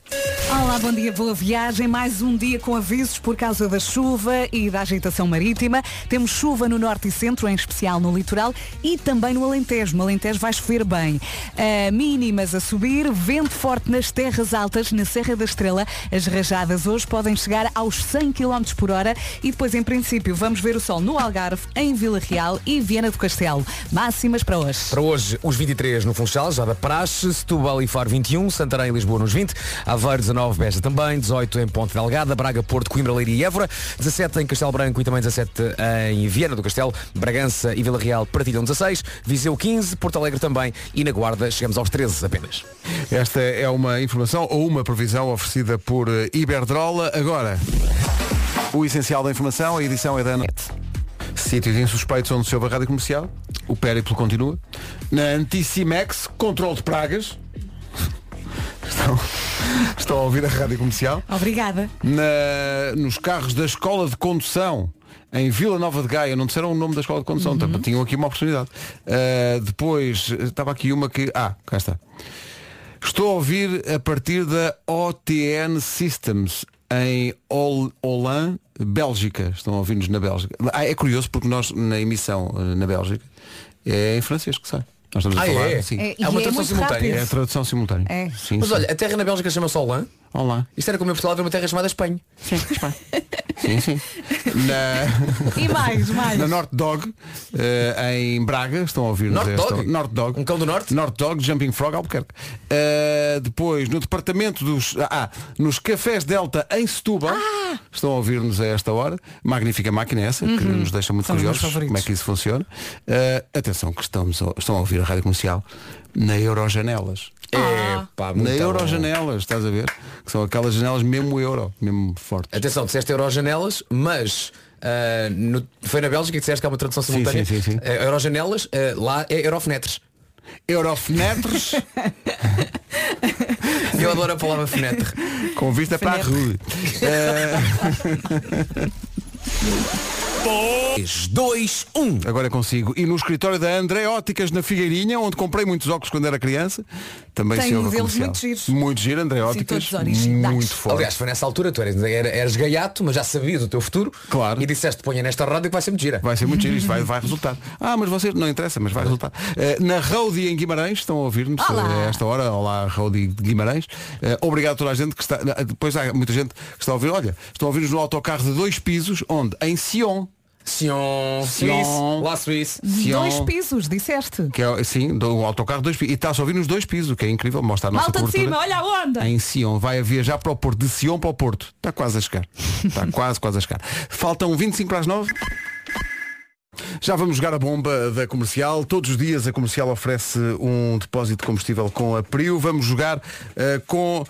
Speaker 1: Olá, bom dia, boa viagem. Mais um dia com avisos por causa da chuva e da agitação marítima. Temos chuva no norte e centro, em especial no litoral e também no Alentejo. No Alentejo vai chover bem. Ah, mínimas a subir, vento forte nas terras altas, na Serra da Estrela. As rajadas hoje podem chegar aos 100 km por hora e depois, em princípio, vamos ver o sol no Algarve, em Vila Real e Viana do Castelo. Máximas para hoje.
Speaker 10: Para hoje, os 23 no Funchal, já da Praxe, Setúbal e Faro 21, Santarém e Lisboa nos 20, Aveiro 19, Beja também, 18 em Ponte Delgada, Braga, Porto, Coimbra, Leiria e Évora, 17 em Castelo Branco e também 17 em Viana do Castelo, Bragança e Vila Real partilham 16, Viseu 15, Porto Alegre também e na Guarda chegamos aos 13 apenas.
Speaker 2: Esta é uma informação ou uma previsão oferecida por eh, Iberdrola. Agora, o essencial da informação, a edição é da Ana. Sítios insuspeitos onde se ouve a rádio comercial. O périplo continua. Na Anticimex, controle de pragas. Estão, estão a ouvir a rádio comercial.
Speaker 1: Obrigada.
Speaker 2: Na- nos carros da Escola de Condução em Vila Nova de Gaia, não disseram o nome da Escola de Condução, então, tinham aqui uma oportunidade. Uh, depois, estava aqui uma que. Ah, cá está. Estou a ouvir a partir da OTN Systems em Ol Olan, Bélgica. Estão a ouvir-nos na Bélgica. Ah, é curioso porque nós, na emissão eh, na Bélgica, é em francês que sai. Nós estamos a
Speaker 10: Ah,
Speaker 2: falar.
Speaker 10: é?
Speaker 2: Sim.
Speaker 10: É, e É uma é tradução muito simultânea? rápido.
Speaker 2: É a tradução simultânea.
Speaker 10: É.
Speaker 2: Sim,
Speaker 10: Mas
Speaker 2: sim.
Speaker 10: olha, a terra na Bélgica chama-se Olã.
Speaker 2: Olá.
Speaker 10: Isto era como em Portugal havia uma terra chamada Espanha.
Speaker 2: Sim, Espanha. Sim, sim. Na...
Speaker 1: E mais, mais.
Speaker 2: Na North Dog, eh, em Braga, estão a ouvir-nos
Speaker 10: North
Speaker 2: esta-
Speaker 10: Dog?
Speaker 2: North Dog. Um cão do Norte? North Dog, Jumping Frog, Albuquerque. Eh, depois, no departamento dos... Ah, nos Cafés Delta, em Setúbal, estão a ouvir-nos a esta hora. Magnífica máquina essa, que
Speaker 12: Ah! Uhum.
Speaker 2: nos deixa muito
Speaker 12: São os meus
Speaker 2: curiosos como é
Speaker 12: favoritos.
Speaker 2: que isso funciona. Eh, atenção, que estamos a- estão a ouvir a Rádio Comercial na Eurojanelas.
Speaker 12: Ah.
Speaker 10: É, pá, muito
Speaker 2: na
Speaker 10: bom.
Speaker 2: Eurojanelas, estás a ver? Que são aquelas janelas mesmo euro, mesmo forte.
Speaker 10: Atenção, disseste Eurojanelas, mas ah, no- foi na Bélgica que disseste que há uma tradução
Speaker 2: Sim,
Speaker 10: simultânea.
Speaker 2: sim, sim, sim.
Speaker 10: Ah, Eurojanelas, ah, lá é Eurofenetres.
Speaker 2: Eurofenetres?
Speaker 10: Eu adoro a palavra fenetre.
Speaker 2: Com vista para a rua. Eh,
Speaker 10: 3, 2, 1.
Speaker 2: Agora é consigo. E no escritório da André Óticas na Figueirinha, onde comprei muitos óculos quando era criança. Também
Speaker 10: Tem
Speaker 2: se ouve a
Speaker 10: deles
Speaker 2: comercial.
Speaker 10: muito giros.
Speaker 2: Muito giro, André Óticas. muito forte.
Speaker 10: Aliás, foi nessa altura, tu eras, era- eras gaiato, mas já sabias o teu futuro. Claro. E disseste, ponha nesta rádio que vai ser muito gira.
Speaker 2: Vai ser muito giro, isto vai, vai resultar. Ah, mas vocês, não interessa, mas vai resultar. Eh, na Rodi em Guimarães, estão a ouvir-nos eh, a esta hora. Olá, Rodi de Guimarães. Eh, obrigado a toda a gente que está. eh, Depois há muita gente que está a ouvir. Olha, estão a ouvir-nos no autocarro de dois pisos, onde? Em Sion.
Speaker 10: Sion,
Speaker 2: Sion.
Speaker 10: Suíça, lá Suíça.
Speaker 1: Dois pisos, disseste.
Speaker 2: Que é, sim, do autocarro dois pisos. E está a ouvir nos dois pisos, o que é incrível. Mostra a nossa
Speaker 1: Malta de
Speaker 2: cobertura.
Speaker 1: cima, olha a onda.
Speaker 2: Em Sion, vai a viajar para o Porto, de Sion para o Porto. Está quase a chegar. Está quase, quase a chegar. Faltam 25 para as 9. Já vamos jogar a bomba da comercial. Todos os dias a comercial oferece um depósito de combustível com a Priu. Vamos jogar eh, com.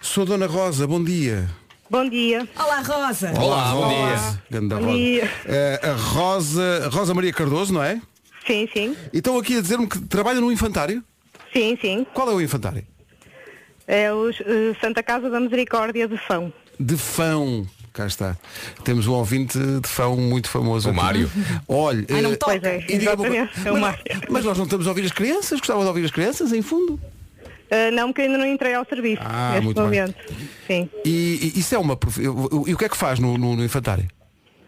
Speaker 2: Sou Dona Rosa, bom dia.
Speaker 13: Bom dia.
Speaker 1: Olá, Rosa.
Speaker 2: Olá, bom dia. Ganda
Speaker 13: Bom
Speaker 2: Rosa.
Speaker 13: dia.
Speaker 2: Eh, a Rosa, Rosa Maria Cardoso, não é?
Speaker 13: Sim, sim.
Speaker 2: E estão aqui a dizer-me que trabalha no infantário?
Speaker 13: Sim, sim.
Speaker 2: Qual é o infantário?
Speaker 13: É o eh, Santa Casa da Misericórdia de Fão.
Speaker 2: De Fão. Cá está. Temos um ouvinte de Fão muito famoso. O
Speaker 10: Mário.
Speaker 2: Olha,
Speaker 13: Ai, não
Speaker 2: eh,
Speaker 13: toca.
Speaker 2: e diga-me uma
Speaker 13: Exatamente,
Speaker 2: coisa,
Speaker 13: é o
Speaker 2: mas,
Speaker 13: Mário.
Speaker 2: mas nós não estamos a ouvir as crianças? Gostava de ouvir as crianças, em fundo?
Speaker 13: Eh, não, que ainda não entrei ao serviço
Speaker 2: Ah,
Speaker 13: neste
Speaker 2: muito bem.
Speaker 13: momento. Sim.
Speaker 2: E, e isso é uma... prof- E o- e o que é que faz no, no- no infantário?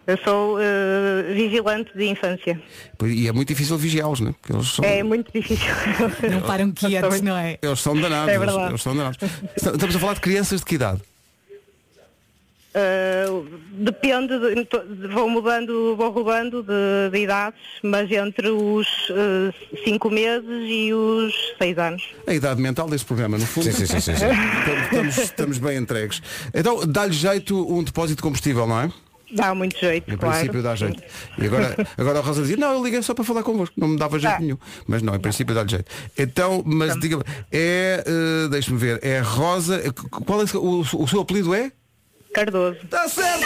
Speaker 13: Eu sou eh, vigilante de infância.
Speaker 2: E é muito difícil vigiá-los, não é? Porque eles são...
Speaker 13: É muito difícil.
Speaker 1: Não param quietos, não é?
Speaker 2: Eles são danados,
Speaker 13: É
Speaker 2: eles,
Speaker 13: verdade.
Speaker 2: eles são danados. Estamos a falar de crianças de que idade?
Speaker 13: Eh, depende, de- to- de- vou mudando, vou roubando de, de idades, mas entre os 5 meses e os 6 anos.
Speaker 2: A idade mental deste programa, no fundo.
Speaker 10: Sim, sim, sim, sim, sim.
Speaker 2: Estamos- Estamos, estamos bem entregues. Então, dá-lhe jeito um depósito de combustível, não é?
Speaker 13: Dá muito jeito,
Speaker 2: Em
Speaker 13: claro.
Speaker 2: princípio dá jeito. E agora, agora a Rosa dizia, não, eu liguei só para falar convosco, não me dava jeito
Speaker 13: Ah.
Speaker 2: nenhum. Mas não, em princípio dá-lhe jeito. Então, mas diga-me, é, eh, deixa-me ver, é Rosa, eh, qu- qual é o, o seu apelido é?
Speaker 13: Cardoso. Tá
Speaker 2: Está certo!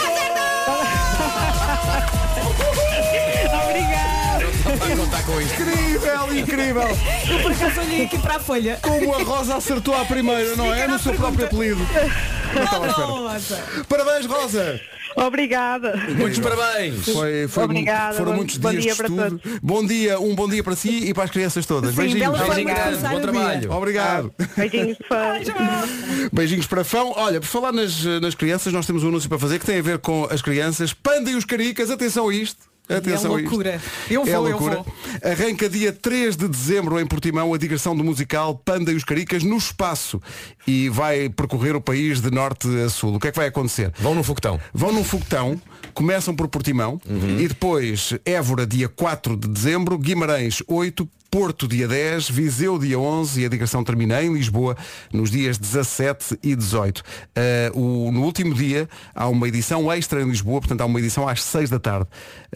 Speaker 13: Obrigada!
Speaker 10: Vai contar com isto.
Speaker 2: Incrível, incrível!
Speaker 1: Eu por acaso olhei aqui para a folha.
Speaker 2: Como a Rosa acertou à primeira, não é? No seu próprio apelido. Não estava à espera. Parabéns, Rosa!
Speaker 13: Obrigada.
Speaker 10: Muitos parabéns.
Speaker 2: Foi, foi
Speaker 13: Obrigada,
Speaker 2: foram
Speaker 13: bom-
Speaker 2: muitos
Speaker 13: bom
Speaker 2: dias
Speaker 13: dia
Speaker 2: de
Speaker 13: para
Speaker 2: estudo. Bom dia, um bom dia para si e para as crianças todas.
Speaker 13: Sim,
Speaker 2: Beijinhos.
Speaker 13: bela forma de Obrigado, começar bom o dia. trabalho.
Speaker 2: Obrigado.
Speaker 13: Beijinhos de fã.
Speaker 2: Beijinhos para fão. Olha, por falar nas, nas crianças, nós temos um anúncio para fazer que tem a ver com as crianças. Panda e os caricas, atenção a isto. Atenção
Speaker 1: É loucura.
Speaker 2: A isto.
Speaker 1: Eu
Speaker 2: é
Speaker 1: vou, eu
Speaker 2: loucura. Arranca dia 3 de dezembro em Portimão a digressão do musical Panda e os Caricas no espaço e vai percorrer o país de norte a sul. O que é que vai acontecer?
Speaker 10: Vão num foguetão.
Speaker 2: Vão num foguetão, começam por Portimão e depois Évora dia 4 de dezembro, Guimarães 8, Porto dia 10, Viseu dia 11 e a digressão termina em Lisboa nos dias 17 e 18. Ah, o- no último dia há uma edição extra em Lisboa, portanto há uma edição às 6 da tarde.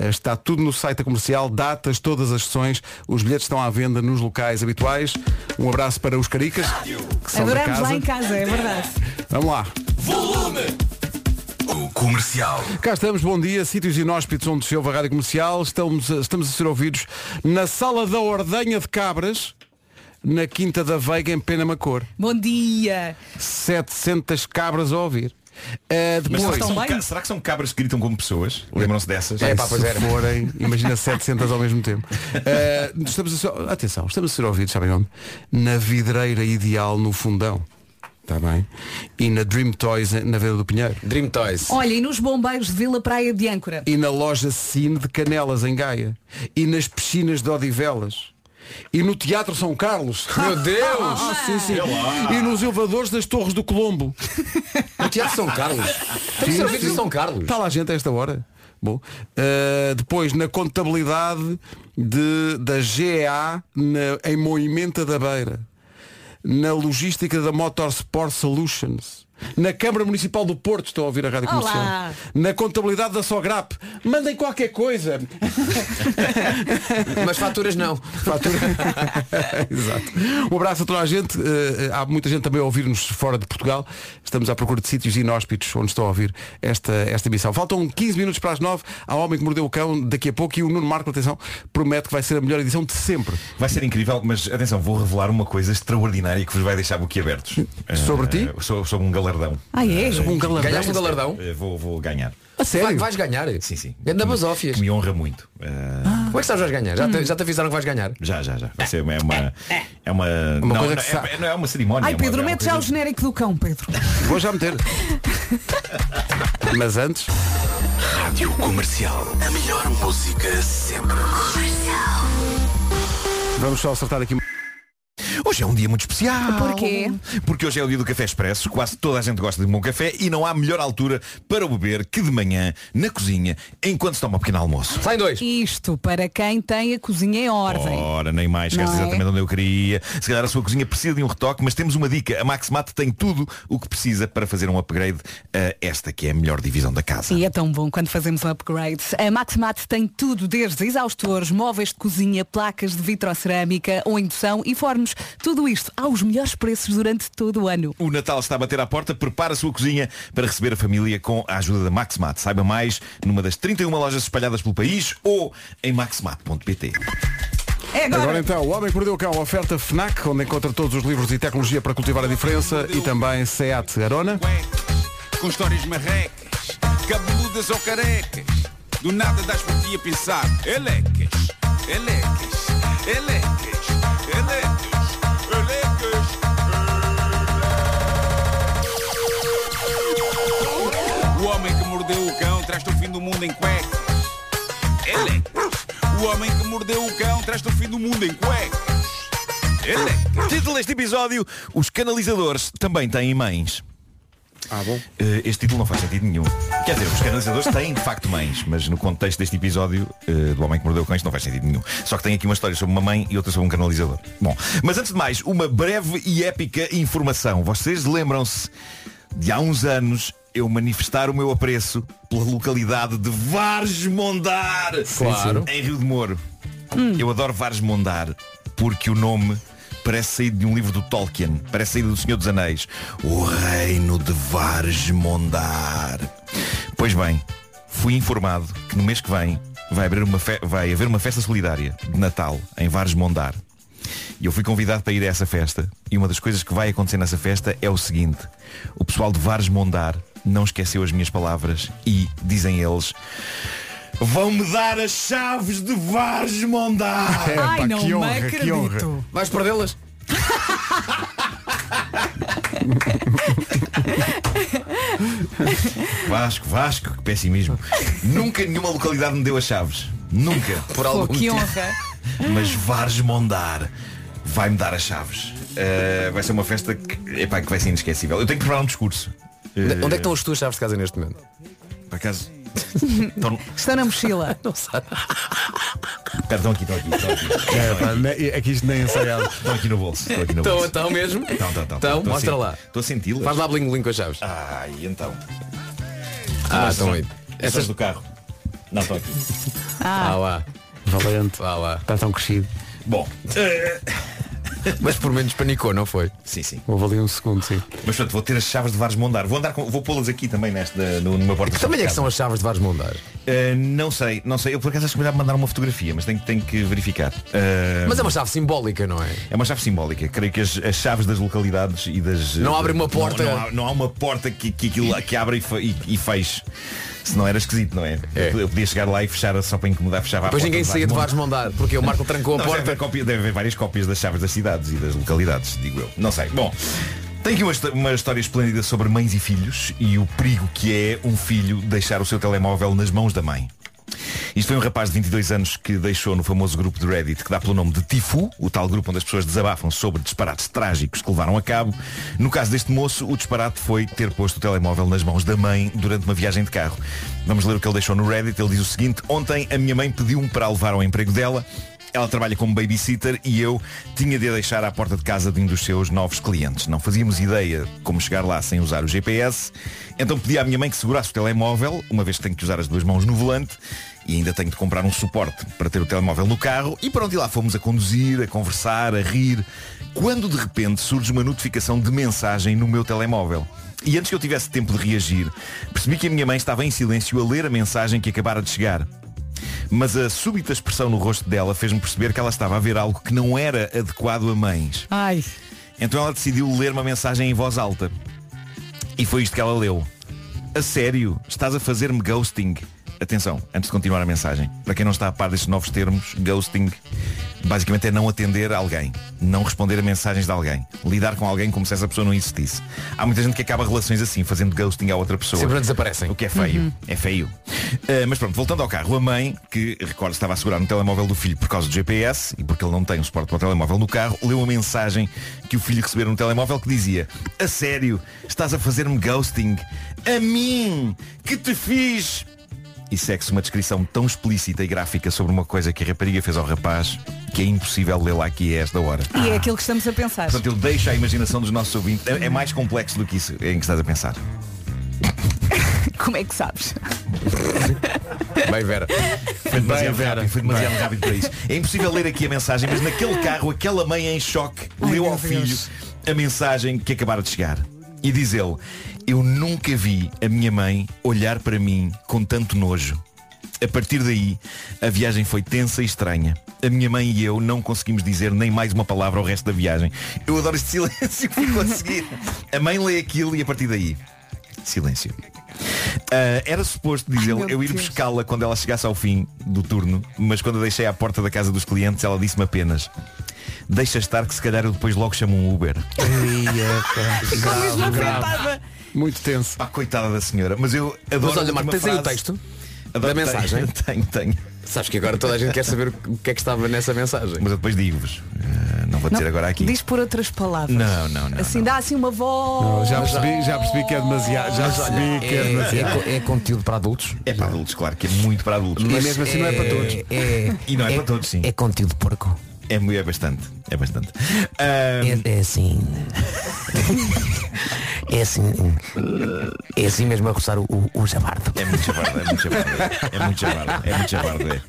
Speaker 2: Ah, está tudo no site da comercial, datas, todas as sessões, os bilhetes estão à venda nos locais habituais. Um abraço para os caricas, que são da
Speaker 1: Adoramos
Speaker 2: casa.
Speaker 1: lá em casa, é verdade.
Speaker 2: Vamos lá.
Speaker 5: Volume.
Speaker 2: um
Speaker 5: O comercial.
Speaker 2: Cá estamos, bom dia, sítios inóspitos onde se ouve a rádio comercial. Estamos a, estamos a ser ouvidos na sala da ordenha de cabras, na Quinta da Veiga, em Penamacor.
Speaker 1: Bom dia.
Speaker 2: 700 cabras a ouvir. Ah,
Speaker 5: Mas
Speaker 2: depois,
Speaker 5: será que, são, ca- será que são cabras que gritam como pessoas? Lembram-se dessas?
Speaker 2: É, pá, pois era. forem, imagina 700 ao mesmo tempo. Ah, estamos a ser, atenção, estamos a ser ouvidos, sabem onde? Na vidreira ideal no fundão. Está bem? E na Dream Toys, na Vila do Pinheiro.
Speaker 10: Dream Toys.
Speaker 1: Olha, e nos bombeiros de Vila Praia de Âncora?
Speaker 2: e na loja Cine de Canelas em Gaia e nas piscinas de Odivelas E no Teatro São Carlos.
Speaker 10: Meu Deus!
Speaker 2: Ah, sim, sim.
Speaker 10: É lá.
Speaker 2: E nos elevadores das Torres do Colombo.
Speaker 10: No Teatro São Carlos. Estamos
Speaker 2: Sim,
Speaker 10: servidos
Speaker 2: sim.
Speaker 10: em São Carlos.
Speaker 2: Está lá gente a esta hora. Bom. Uh, depois, na contabilidade de, da GEA na- em Moimenta da Beira. Na logística da Motorsport Solutions. Na Câmara Municipal do Porto, estou a ouvir a Rádio
Speaker 9: Olá.
Speaker 2: Comercial. Na contabilidade da Sograp. Mandem qualquer coisa.
Speaker 10: Mas faturas não.
Speaker 2: Fatura... Exato. Um abraço a toda a gente. Eh, há muita gente também a ouvir-nos fora de Portugal. Estamos à procura de sítios inóspitos onde estão a ouvir esta, esta emissão. Faltam 15 minutos para as 9. Há um homem que mordeu o cão daqui a pouco e o Nuno Marco, atenção, promete que vai ser a melhor edição de sempre.
Speaker 12: Vai ser incrível, mas atenção, vou revelar uma coisa extraordinária que vos vai deixar boquiabertos.
Speaker 2: Sobre
Speaker 12: Eh,
Speaker 2: ti?
Speaker 12: so- Sobre um galardão.
Speaker 1: Ah, é?
Speaker 12: Eh,
Speaker 10: Sobre um galardão? É. Ganhaste um
Speaker 12: Sim,
Speaker 10: galardão?
Speaker 12: eh, Vou, vou ganhar.
Speaker 10: A sério? Vai- vais ganhar?
Speaker 12: Sim, sim.
Speaker 10: Ganda
Speaker 12: Que me-
Speaker 10: basófias.
Speaker 12: Que me honra muito. Eh,
Speaker 10: Como é que sabes que vais ganhar? Já te, já te avisaram que vais ganhar?
Speaker 12: Já, já, já. Vai ser uma. É uma. É uma, não,
Speaker 10: coisa
Speaker 12: não,
Speaker 10: que
Speaker 12: é-
Speaker 10: sabe.
Speaker 12: é- não é uma cerimónia.
Speaker 1: Ai,
Speaker 12: é uma-
Speaker 1: Pedro,
Speaker 12: é uma
Speaker 1: mete
Speaker 12: coisa-
Speaker 1: já o genérico do cão, Pedro.
Speaker 2: Vou já meter. Mas antes.
Speaker 14: Rádio Comercial. A melhor música sempre.
Speaker 2: Vamos só acertar aqui.
Speaker 12: Hoje é um dia muito especial.
Speaker 1: Porquê?
Speaker 12: Porque hoje é o dia do café expresso, quase toda a gente gosta de um bom café e não há melhor altura para o beber que de manhã, na cozinha, enquanto se toma um pequeno almoço.
Speaker 10: Saem dois.
Speaker 1: Isto para quem tem a cozinha em ordem.
Speaker 2: Oh.
Speaker 12: Ora, nem mais, chegaste
Speaker 1: Não é?
Speaker 12: exatamente onde eu queria. Se calhar a sua cozinha precisa de um retoque, mas temos uma dica. A Maxmat tem tudo o que precisa para fazer um upgrade a esta que é a melhor divisão da casa.
Speaker 1: E é tão bom quando fazemos um upgrade. A Maxmat tem tudo, desde exaustores, móveis de cozinha, placas de vitrocerâmica ou indução e fornos. Tudo isto aos melhores preços durante todo o ano.
Speaker 12: O Natal está a bater à porta, prepara a sua cozinha para receber a família com a ajuda da Maxmat. Saiba mais numa das 31 lojas espalhadas pelo país ou em maxmat.pt.
Speaker 1: É
Speaker 2: agora. então, O Homem que Mordeu o Cão, oferta FNAC, onde encontra todos os livros e tecnologia para cultivar a diferença e também SEAT Arona.
Speaker 15: com histórias marrecas, cabeludas ou carecas. Do nada das por ti a pensar, elecas, elecas, elecas, elecas, elecas. O homem que mordeu o cão traz-te o fim do mundo em cuecas. Elecas. O homem que mordeu o cão traz-te o fim do mundo em cuecas. Elecas.
Speaker 12: Título deste episódio, os canalizadores também têm mães. Eh,
Speaker 2: Ah, bom.
Speaker 12: Este título não faz sentido nenhum. Quer dizer, os canalizadores têm de facto mães, mas no contexto deste episódio eh, do Homem que Mordeu o Cão isto não faz sentido nenhum. Só que tem aqui uma história sobre uma mãe e outra sobre um canalizador. Bom, mas antes de mais, uma breve e épica informação. Vocês lembram-se de há uns anos eu manifestar o meu apreço pela localidade de Vares Mondar,
Speaker 10: Claro.
Speaker 12: em Rio de Moro. Eu adoro Vares Mondar porque o nome parece saído de um livro do Tolkien, parece saído do Senhor dos Anéis. O Reino de Vares Mondar. Pois bem, fui informado que no mês que vem vai, abrir uma fe- vai haver uma festa solidária de Natal em Vares Mondar. E eu fui convidado para ir a essa festa E uma das coisas que vai acontecer nessa festa é o seguinte O pessoal de Vares Mondar Não esqueceu as minhas palavras E, dizem eles Vão-me dar as chaves de Vares Mondar
Speaker 10: É, Ai, pá, não que me honra, que acredito. honra. Vais perdê-las?
Speaker 12: Vasco, Vasco, que pessimismo Nunca nenhuma localidade me deu as chaves Nunca Por
Speaker 1: Pô, que honra.
Speaker 12: Mas Vares Mondar vai-me dar as chaves Uh, Vai ser uma festa que, epá, que vai ser inesquecível Eu tenho que preparar um discurso
Speaker 10: Onde é que estão
Speaker 12: os
Speaker 10: as tuas chaves de casa neste momento?
Speaker 12: Por acaso Estão-
Speaker 1: Estão na mochila.
Speaker 10: Não sabe.
Speaker 12: Espera, estão aqui, estão aqui, estão aqui.
Speaker 2: É, pá, ne- é que isto nem é ensaiado.
Speaker 12: Estão aqui no bolso. Estão aqui no
Speaker 10: Estão-
Speaker 12: bolso.
Speaker 10: estão mesmo?
Speaker 12: Estão, estão, estão.
Speaker 10: Então,
Speaker 12: Estou a
Speaker 10: mostra
Speaker 12: sen-
Speaker 10: lá.
Speaker 12: Estou a senti-las.
Speaker 10: Faz lá bling-bling com as chaves.
Speaker 12: Ai, então.
Speaker 10: Ah,
Speaker 12: Mas
Speaker 10: estão
Speaker 12: são-
Speaker 10: aí.
Speaker 12: Essas do carro. Não, estão aqui.
Speaker 10: Ah,
Speaker 1: Ah,
Speaker 10: lá.
Speaker 2: Valente.
Speaker 10: Ah, lá.
Speaker 2: Está tão crescido.
Speaker 12: Bom.
Speaker 10: Mas por menos panicou, não foi?
Speaker 12: Sim, sim.
Speaker 2: Vou ali um segundo, sim.
Speaker 12: Mas pronto, vou ter as chaves de Vares Mondar. Vou, andar com- vou pô-las aqui também nesta, eh, no, numa porta. Eh,
Speaker 10: Que tamanho é que são as chaves de Vares Mondar?
Speaker 12: não sei, não sei. Eu por acaso acho que me dá para mandar uma fotografia, mas tenho, tenho que verificar. Ah,
Speaker 10: Mas é uma chave simbólica, não é?
Speaker 12: É uma chave simbólica. Creio que as, as chaves das localidades e das. eh,
Speaker 10: Não abre uma
Speaker 12: não-
Speaker 10: porta.
Speaker 12: Não, há, não há uma porta que, que, aquilo- que abre e, fe, e, e feche. Se não era esquisito, não é? Eu podia chegar lá e fechar só para incomodar, fechava
Speaker 10: Depois
Speaker 12: a porta.
Speaker 10: ninguém
Speaker 12: de
Speaker 10: saía de Vares Mondar, porque o Marco trancou a
Speaker 12: Não, mas Deve
Speaker 10: porta.
Speaker 12: haver, cópia- deve haver várias cópias das chaves das cidades e das localidades, digo eu. Não sei. Bom, tem aqui uma, histó- uma história esplêndida sobre mães e filhos e o perigo que é um filho deixar o seu telemóvel nas mãos da mãe. Isto foi um rapaz de 22 anos que deixou no famoso grupo de Reddit que dá pelo nome de Tifu, o tal grupo onde as pessoas desabafam sobre disparates trágicos que levaram a cabo. No caso deste moço, o disparate foi ter posto o telemóvel nas mãos da mãe durante uma viagem de carro. Vamos ler o que ele deixou no Reddit. Ele diz o seguinte: Ontem a minha mãe pediu-me para a levar ao emprego dela. Ela trabalha como babysitter e eu tinha de a deixar à porta de casa de um dos seus novos clientes. Não fazíamos ideia como chegar lá sem usar o GPS. Então pedi à minha mãe que segurasse o telemóvel, uma vez que tenho que usar as duas mãos no volante, e ainda tenho de comprar um suporte para ter o telemóvel no carro. E pronto, e lá fomos a conduzir, a conversar, a rir, quando de repente surge uma notificação de mensagem no meu telemóvel. E antes que eu tivesse tempo de reagir, percebi que a minha mãe estava em silêncio a ler a mensagem que acabara de chegar. Mas a súbita expressão no rosto dela fez-me perceber que ela estava a ver algo que não era adequado a mães.
Speaker 1: Ai.
Speaker 12: Então ela decidiu ler uma mensagem em voz alta. E foi isto que ela leu. A sério, estás a fazer-me ghosting. Atenção, antes de continuar a mensagem, para quem não está a par destes novos termos, ghosting basicamente é não atender a alguém, não responder a mensagens de alguém, lidar com alguém como se essa pessoa não existisse. Há muita gente que acaba relações assim, fazendo ghosting à outra pessoa.
Speaker 10: Sempre desaparecem.
Speaker 12: O que é feio.
Speaker 10: Uhum.
Speaker 12: É feio. Ah, mas pronto, voltando ao carro, a mãe, que recordo estava a segurar no telemóvel do filho por causa do GPS e porque ele não tem um suporte para o telemóvel no carro, leu uma mensagem que o filho recebeu no telemóvel que dizia A sério, estás a fazer-me ghosting? A mim, que te fiz e segue-se uma descrição tão explícita e gráfica sobre uma coisa que a rapariga fez ao rapaz que é impossível lê-la aqui a esta hora.
Speaker 1: E é aquilo que estamos a pensar.
Speaker 12: Portanto, ele deixa a imaginação dos nossos ouvintes. É, é mais complexo do que isso em que estás a pensar.
Speaker 1: Como é que sabes?
Speaker 10: Bem, Vera.
Speaker 12: Foi demasiado
Speaker 10: Bem, Vera.
Speaker 12: rápido, foi demasiado
Speaker 10: Bem.
Speaker 12: rápido para isso. É impossível ler aqui a mensagem, mas naquele carro, aquela mãe em choque leu ao filho a mensagem que acabara de chegar. E diz ele, eu nunca vi a minha mãe olhar para mim com tanto nojo. A partir daí, a viagem foi tensa e estranha. A minha mãe e eu não conseguimos dizer nem mais uma palavra ao resto da viagem. Eu adoro este silêncio que ficou a seguir. A mãe lê aquilo e a partir daí, silêncio. Ah, era suposto, diz ele, eu ir buscá-la quando ela chegasse ao fim do turno, mas quando a deixei à porta da casa dos clientes, ela disse-me apenas Deixa estar que se calhar eu depois logo chamo um Uber.
Speaker 2: Ficou mesmo Grave, grave. afetada.
Speaker 12: Muito tenso. Pá, coitada da senhora, mas eu adoro.
Speaker 10: Mas olha,
Speaker 12: a última
Speaker 10: Marco, tens aí o
Speaker 12: frase.
Speaker 10: texto da
Speaker 12: Adoro-
Speaker 10: mensagem?
Speaker 12: Tenho, tenho.
Speaker 10: Sabes que agora toda a gente quer saber o que é que estava nessa mensagem.
Speaker 12: Mas eu depois digo-vos. Ah, não vou dizer
Speaker 1: Não,
Speaker 12: agora aqui.
Speaker 1: Diz por outras palavras.
Speaker 12: Não, não, não.
Speaker 1: assim dá assim uma voz.
Speaker 2: Não, já percebi, já percebi que é demasiado. Já
Speaker 10: Mas olha,
Speaker 2: percebi que é
Speaker 10: é-
Speaker 2: demasiado.
Speaker 10: é co- é conteúdo para adultos?
Speaker 12: É para adultos, claro, que é muito para adultos.
Speaker 2: E mesmo assim não é para todos.
Speaker 10: É,
Speaker 12: e não é, para todos, sim.
Speaker 10: É conteúdo porco.
Speaker 12: É, mu- é bastante. É bastante. Ah,
Speaker 10: É, é assim. é assim. É assim mesmo a roçar o, o, o jabardo.
Speaker 12: É muito jabardo, é muito jabardo. É muito jabardo, é muito jabardo, é.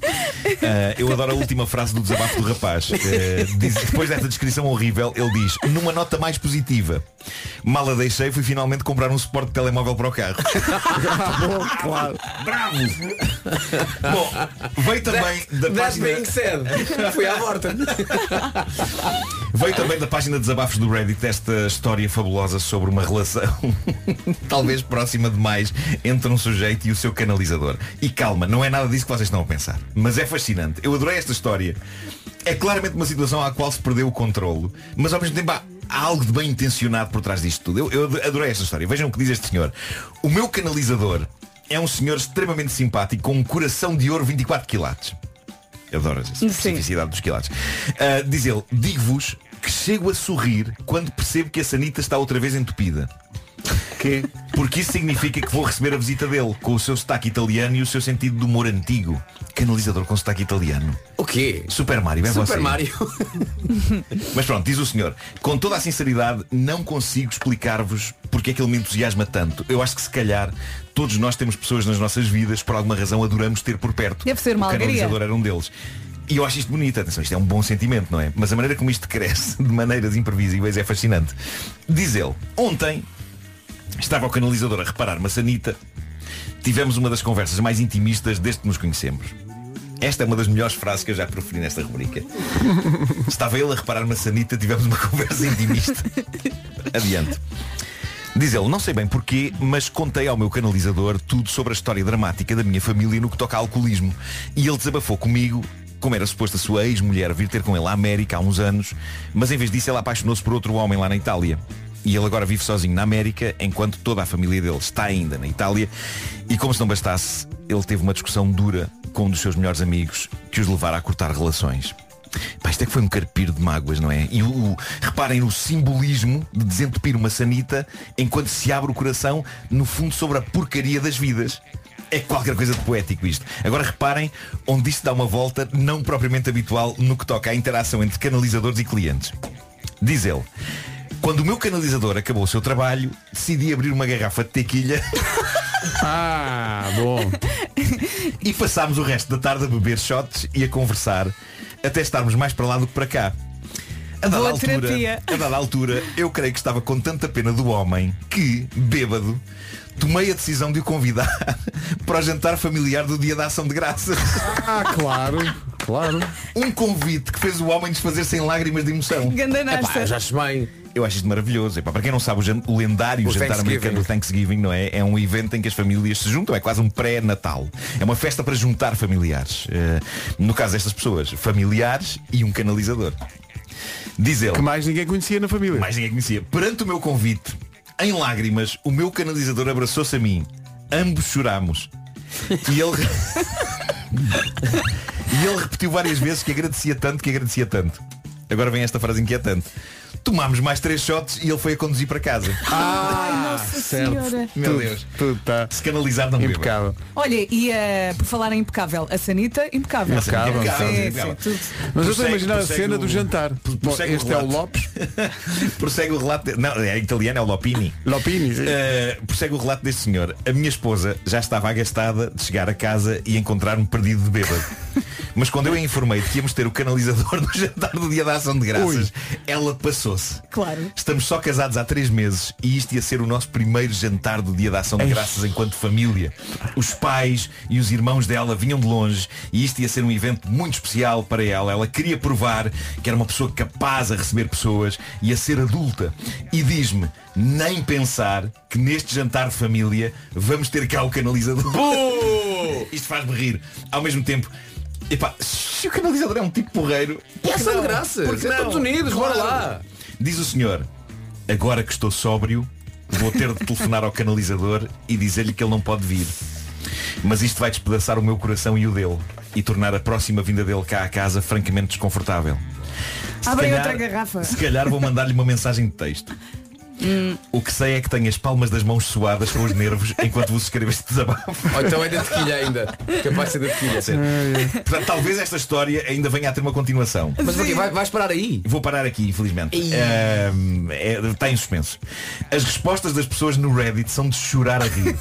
Speaker 12: Ah, eu adoro a última frase do desabafo do rapaz. Eh, diz- depois desta descrição horrível, ele diz, numa nota mais positiva, mal a deixei, fui finalmente comprar um suporte de telemóvel para o carro.
Speaker 10: claro.
Speaker 12: Bravo! Bom, veio também da página.
Speaker 10: Fui à morta.
Speaker 12: Veio também da página de desabafos do Reddit esta história fabulosa sobre uma relação talvez próxima demais entre um sujeito e o seu canalizador. E calma, não é nada disso que vocês estão a pensar. Mas é fascinante. Eu adorei esta história. É claramente uma situação à qual se perdeu o controlo, mas ao mesmo tempo há, há algo de bem intencionado por trás disto tudo. Eu, eu adorei esta história. Vejam o que diz este senhor. O meu canalizador é um senhor extremamente simpático com um coração de ouro 24 quilates. Eu Adoro essa especificidade dos quilates. Ah, diz ele, digo-vos que chego a sorrir quando percebo que a sanita está outra vez entupida. Que? Porque isso significa que vou receber a visita dele, com o seu sotaque italiano e o seu sentido de humor antigo. Canalizador com sotaque italiano.
Speaker 10: O quê?
Speaker 12: Super Mario, é você.
Speaker 10: Super Mario.
Speaker 12: Mas pronto, diz o senhor, com toda a sinceridade, não consigo explicar-vos porque é que ele me entusiasma tanto. Eu acho que se calhar todos nós temos pessoas nas nossas vidas, que, por alguma razão adoramos ter por perto.
Speaker 1: Deve ser
Speaker 12: o
Speaker 1: uma alegria.
Speaker 12: canalizador era um deles. E eu acho isto bonito, atenção, isto é um bom sentimento, não é? Mas a maneira como isto cresce de maneiras imprevisíveis é fascinante. Diz ele, ontem estava o canalizador a reparar uma sanita, tivemos uma das conversas mais intimistas desde que nos conhecemos. Esta é uma das melhores frases que eu já proferi nesta rubrica. Estava ele a reparar uma sanita, tivemos uma conversa intimista. Adiante. Diz ele, não sei bem porquê, mas contei ao meu canalizador tudo sobre a história dramática da minha família no que toca ao alcoolismo. E ele desabafou comigo como era suposto a sua ex-mulher vir ter com ele à América há uns anos, mas em vez disso ela apaixonou-se por outro homem lá na Itália. E ele agora vive sozinho na América, enquanto toda a família dele está ainda na Itália. E como se não bastasse, ele teve uma discussão dura com um dos seus melhores amigos que os levara a cortar relações. Pá, isto é que foi um carpir de mágoas, não é? E o, o- reparem no simbolismo de desentupir uma sanita enquanto se abre o coração, no fundo, sobre a porcaria das vidas. É qualquer coisa de poético isto. Agora reparem onde isto dá uma volta não propriamente habitual no que toca à interação entre canalizadores e clientes. Diz ele, quando o meu canalizador acabou o seu trabalho, decidi abrir uma garrafa de tequilha. ah,
Speaker 2: É
Speaker 12: bom. E passámos o resto da tarde a beber shots e a conversar, até estarmos mais para lá do que para cá. A dada,
Speaker 1: Boa
Speaker 12: altura,
Speaker 1: terapia.
Speaker 12: a dada altura, eu creio que estava com tanta pena do homem que, bêbado, tomei a decisão de o convidar para o jantar familiar do dia da ação de graças. Ah, claro, claro. Um convite que fez o homem desfazer sem lágrimas de emoção.
Speaker 1: Ganda nasta. Epá, eu já
Speaker 12: acho bem. Eu acho isto maravilhoso. Epá, para quem não sabe, o, jan- o lendário
Speaker 10: O
Speaker 12: jantar
Speaker 10: Thanksgiving.
Speaker 12: americano do Thanksgiving, não é? É um evento em que as famílias se juntam, é quase um pré-natal. É uma festa para juntar familiares. Eh, no caso destas pessoas, familiares e um canalizador. Diz ele. Que mais ninguém conhecia na família. Mais ninguém conhecia. Perante o meu convite, em lágrimas, o meu canalizador abraçou-se a mim. Ambos chorámos. E ele. E ele repetiu várias vezes que agradecia tanto, que agradecia tanto. Agora vem esta frase inquietante. Tomámos mais três shots e ele foi a conduzir para casa.
Speaker 2: Ah,
Speaker 1: Ai, Nossa Senhora.
Speaker 12: Meu
Speaker 1: Tudo,
Speaker 12: Deus. Se canalizar não Impecável.
Speaker 1: Olha, e eh, por falar em impecável, a Sanita, impecável.
Speaker 2: Impecável,
Speaker 1: Sim,
Speaker 2: impecável,
Speaker 1: sim,
Speaker 2: impecável.
Speaker 1: tudo.
Speaker 2: Mas eu estou a
Speaker 12: Prossegue-
Speaker 2: imaginar a
Speaker 12: prossegue
Speaker 2: cena
Speaker 12: o-
Speaker 2: do jantar.
Speaker 12: pro-
Speaker 2: Bom,
Speaker 12: prossegue o
Speaker 2: este é o
Speaker 12: relato.
Speaker 2: Lopes.
Speaker 12: prossegue o relato. de- Não, é italiano, é o Lopini.
Speaker 2: Lopini, sim.
Speaker 12: Eh, prossegue o relato deste senhor. A minha esposa já estava agastada de chegar a casa e encontrar-me perdido de bêbado. Mas quando eu a informei de que íamos ter o canalizador no jantar do dia da ação de graças, ela passou-se.
Speaker 1: Claro.
Speaker 12: Estamos só casados há três meses e isto ia ser o nosso primeiro jantar do Dia da Ação de
Speaker 16: Ei.
Speaker 12: Graças enquanto família. Os pais e os irmãos dela vinham de longe e isto ia ser um evento muito especial para ela. Ela queria provar que era uma pessoa capaz a receber pessoas e a ser adulta. E diz-me, nem pensar que neste jantar de família vamos ter cá o canalizador. isto faz-me rir. Ao mesmo tempo, epá, se o canalizador é um tipo porreiro,
Speaker 10: É
Speaker 12: por que
Speaker 10: ação de
Speaker 12: não?
Speaker 10: graças,
Speaker 12: Por que
Speaker 10: é
Speaker 12: não?
Speaker 10: Estados Unidos, bora lá.
Speaker 12: Diz o senhor, agora que estou sóbrio, vou ter de telefonar ao canalizador e dizer-lhe que ele não pode vir. Mas isto vai despedaçar o meu coração e o dele e tornar a próxima vinda dele cá à casa francamente desconfortável. Se
Speaker 1: Abrem
Speaker 12: calhar-
Speaker 1: outra garrafa.
Speaker 12: Se calhar vou mandar-lhe uma mensagem de texto.
Speaker 1: Hum,
Speaker 12: O que sei é que tenho as palmas das mãos suadas com os nervos enquanto vos escrevo este desabafo.
Speaker 10: Ou então é da tequilha ainda. Capaz de ser da tequilha.
Speaker 12: Pode ser. Portanto, talvez esta história ainda venha a ter uma continuação.
Speaker 10: Mas porquê? Vai- vais parar aí?
Speaker 12: Vou parar aqui, infelizmente.
Speaker 10: Ih.
Speaker 12: Ahm, é, está em suspenso. As respostas das pessoas no Reddit são de chorar a rir.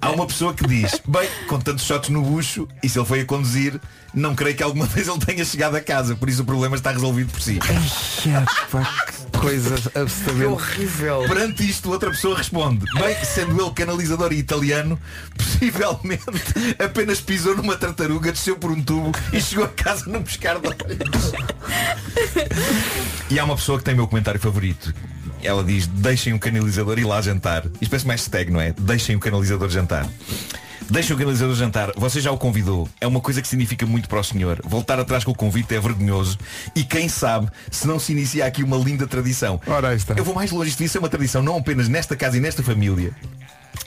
Speaker 12: Há uma pessoa que diz, bem, com tantos shots no bucho, e se ele foi a conduzir, não creio que alguma vez ele tenha chegado a casa, por isso o problema está resolvido por si.
Speaker 2: é, Coisas absolutamente
Speaker 12: horrível. Perante isto, outra pessoa responde, bem, sendo ele canalizador e italiano, possivelmente apenas pisou numa tartaruga, desceu por um tubo e chegou a casa num pescar de olhos. E há uma pessoa que tem o meu comentário favorito. Ela diz, deixem o canalizador ir lá jantar. Isto parece mais hashtag, não é? Deixem o canalizador jantar. Deixem o canalizador jantar. Você já o convidou. É uma coisa que significa muito para o senhor. Voltar atrás com o convite é vergonhoso. E quem sabe se não se inicia aqui uma linda tradição. Ora, está. Eu vou mais longe. Isto é uma tradição não apenas nesta casa e nesta família.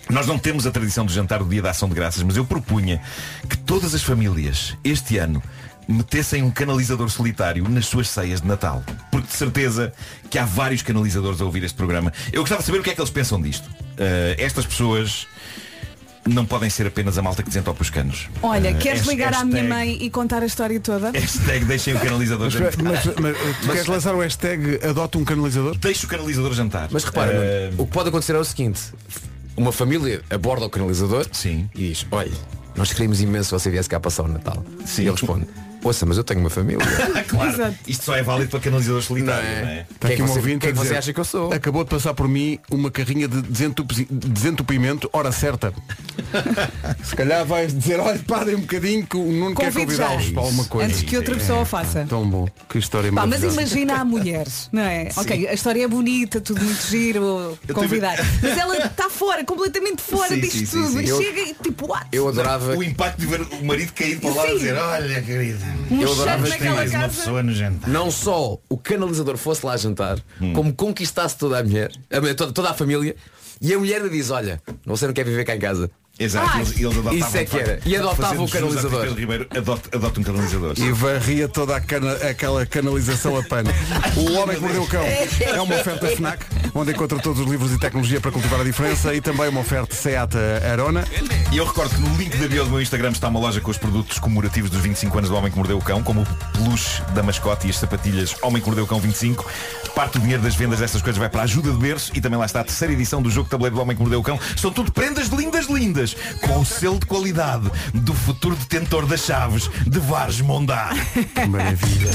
Speaker 12: Nós não temos a tradição do jantar do dia da ação de graças, mas eu propunha que todas as famílias, este ano, metessem um canalizador solitário nas suas ceias de Natal. Porque de certeza que há vários canalizadores a ouvir este programa. Eu gostava de saber o que é que eles pensam disto. Ah, estas pessoas não podem ser apenas a malta que desentopa os canos.
Speaker 1: Olha,
Speaker 12: Ah,
Speaker 1: queres
Speaker 12: hashtag- É,
Speaker 1: ligar à minha
Speaker 12: hashtag-
Speaker 1: mãe e contar a história toda?
Speaker 12: Hashtag deixem o canalizador
Speaker 2: Mas,
Speaker 12: jantar.
Speaker 2: mas- mas, tu queres lançar o hashtag adota um canalizador?
Speaker 12: Deixa o canalizador jantar. Eh,
Speaker 10: Mas repara, Nuno,
Speaker 12: Ehm,
Speaker 10: o que pode acontecer é o seguinte. Uma família aborda o canalizador e diz, olha, nós queríamos imenso que você viesse cá passar o Natal. E ele responde, ouça, mas eu tenho uma família.
Speaker 12: ah, claro, isto só é válido para canalizadores solitários, não é?
Speaker 2: Está aqui um ouvinte a dizer,
Speaker 10: que eu sou?
Speaker 2: Acabou de passar por mim uma carrinha de desentupi- desentupimento, hora certa. Se calhar vais dizer, olha, parem um bocadinho que o Nuno quer
Speaker 1: Convide já.
Speaker 2: convidá-los para alguma coisa.
Speaker 1: Antes que outra pessoa o faça.
Speaker 2: Tão bom. Que história
Speaker 1: Pá, mas
Speaker 2: maravilhosa.
Speaker 1: imagina a mulher, não é?
Speaker 2: Sim.
Speaker 1: Ok, a história é bonita, tudo muito giro,
Speaker 10: Eu
Speaker 1: convidar.
Speaker 10: tive-
Speaker 1: Mas ela está fora, completamente fora
Speaker 10: Sim,
Speaker 1: disto
Speaker 10: sim, sim,
Speaker 1: tudo.
Speaker 10: sim.
Speaker 1: E
Speaker 10: Eu-
Speaker 1: chega e tipo, what?
Speaker 10: Eu adorava.
Speaker 12: O impacto de ver o marido cair para o lado e dizer, olha querida.
Speaker 1: Um
Speaker 10: eu
Speaker 1: chefe
Speaker 10: adorava
Speaker 1: naquela casa.
Speaker 12: no jantar.
Speaker 10: Não só o canalizador fosse lá jantar, como conquistasse toda a mulher, a mulher- toda, toda a família, e a mulher lhe diz, olha, você não quer viver cá em casa.
Speaker 12: Exato,
Speaker 10: Ai.
Speaker 12: eles, eles adoptavam
Speaker 10: Isso é que era.
Speaker 12: de facto,
Speaker 10: E adotava
Speaker 12: fazendo
Speaker 10: o
Speaker 12: jus a
Speaker 10: canalizador.
Speaker 12: Pedro Ribeiro, adota, adota um canalizador.
Speaker 2: E varria toda a cana- aquela canalização a pano. O Homem que Mordeu o Cão é uma oferta FNAC, onde encontra todos os livros e tecnologia para cultivar a diferença e também uma oferta SEAT Arona.
Speaker 12: E eu recordo que no link da bio do meu Instagram está uma loja com os produtos comemorativos dos 25 anos do Homem que Mordeu o Cão, como o peluche da mascote e as sapatilhas Homem que Mordeu o Cão 25. Parte do dinheiro das vendas dessas coisas vai para a ajuda de berço e também lá está a terceira edição do jogo de tabuleiro do Homem que Mordeu o Cão. São tudo prendas lindas, lindas, com o selo de qualidade do futuro detentor das chaves de Vares Mondar.
Speaker 2: Maravilha.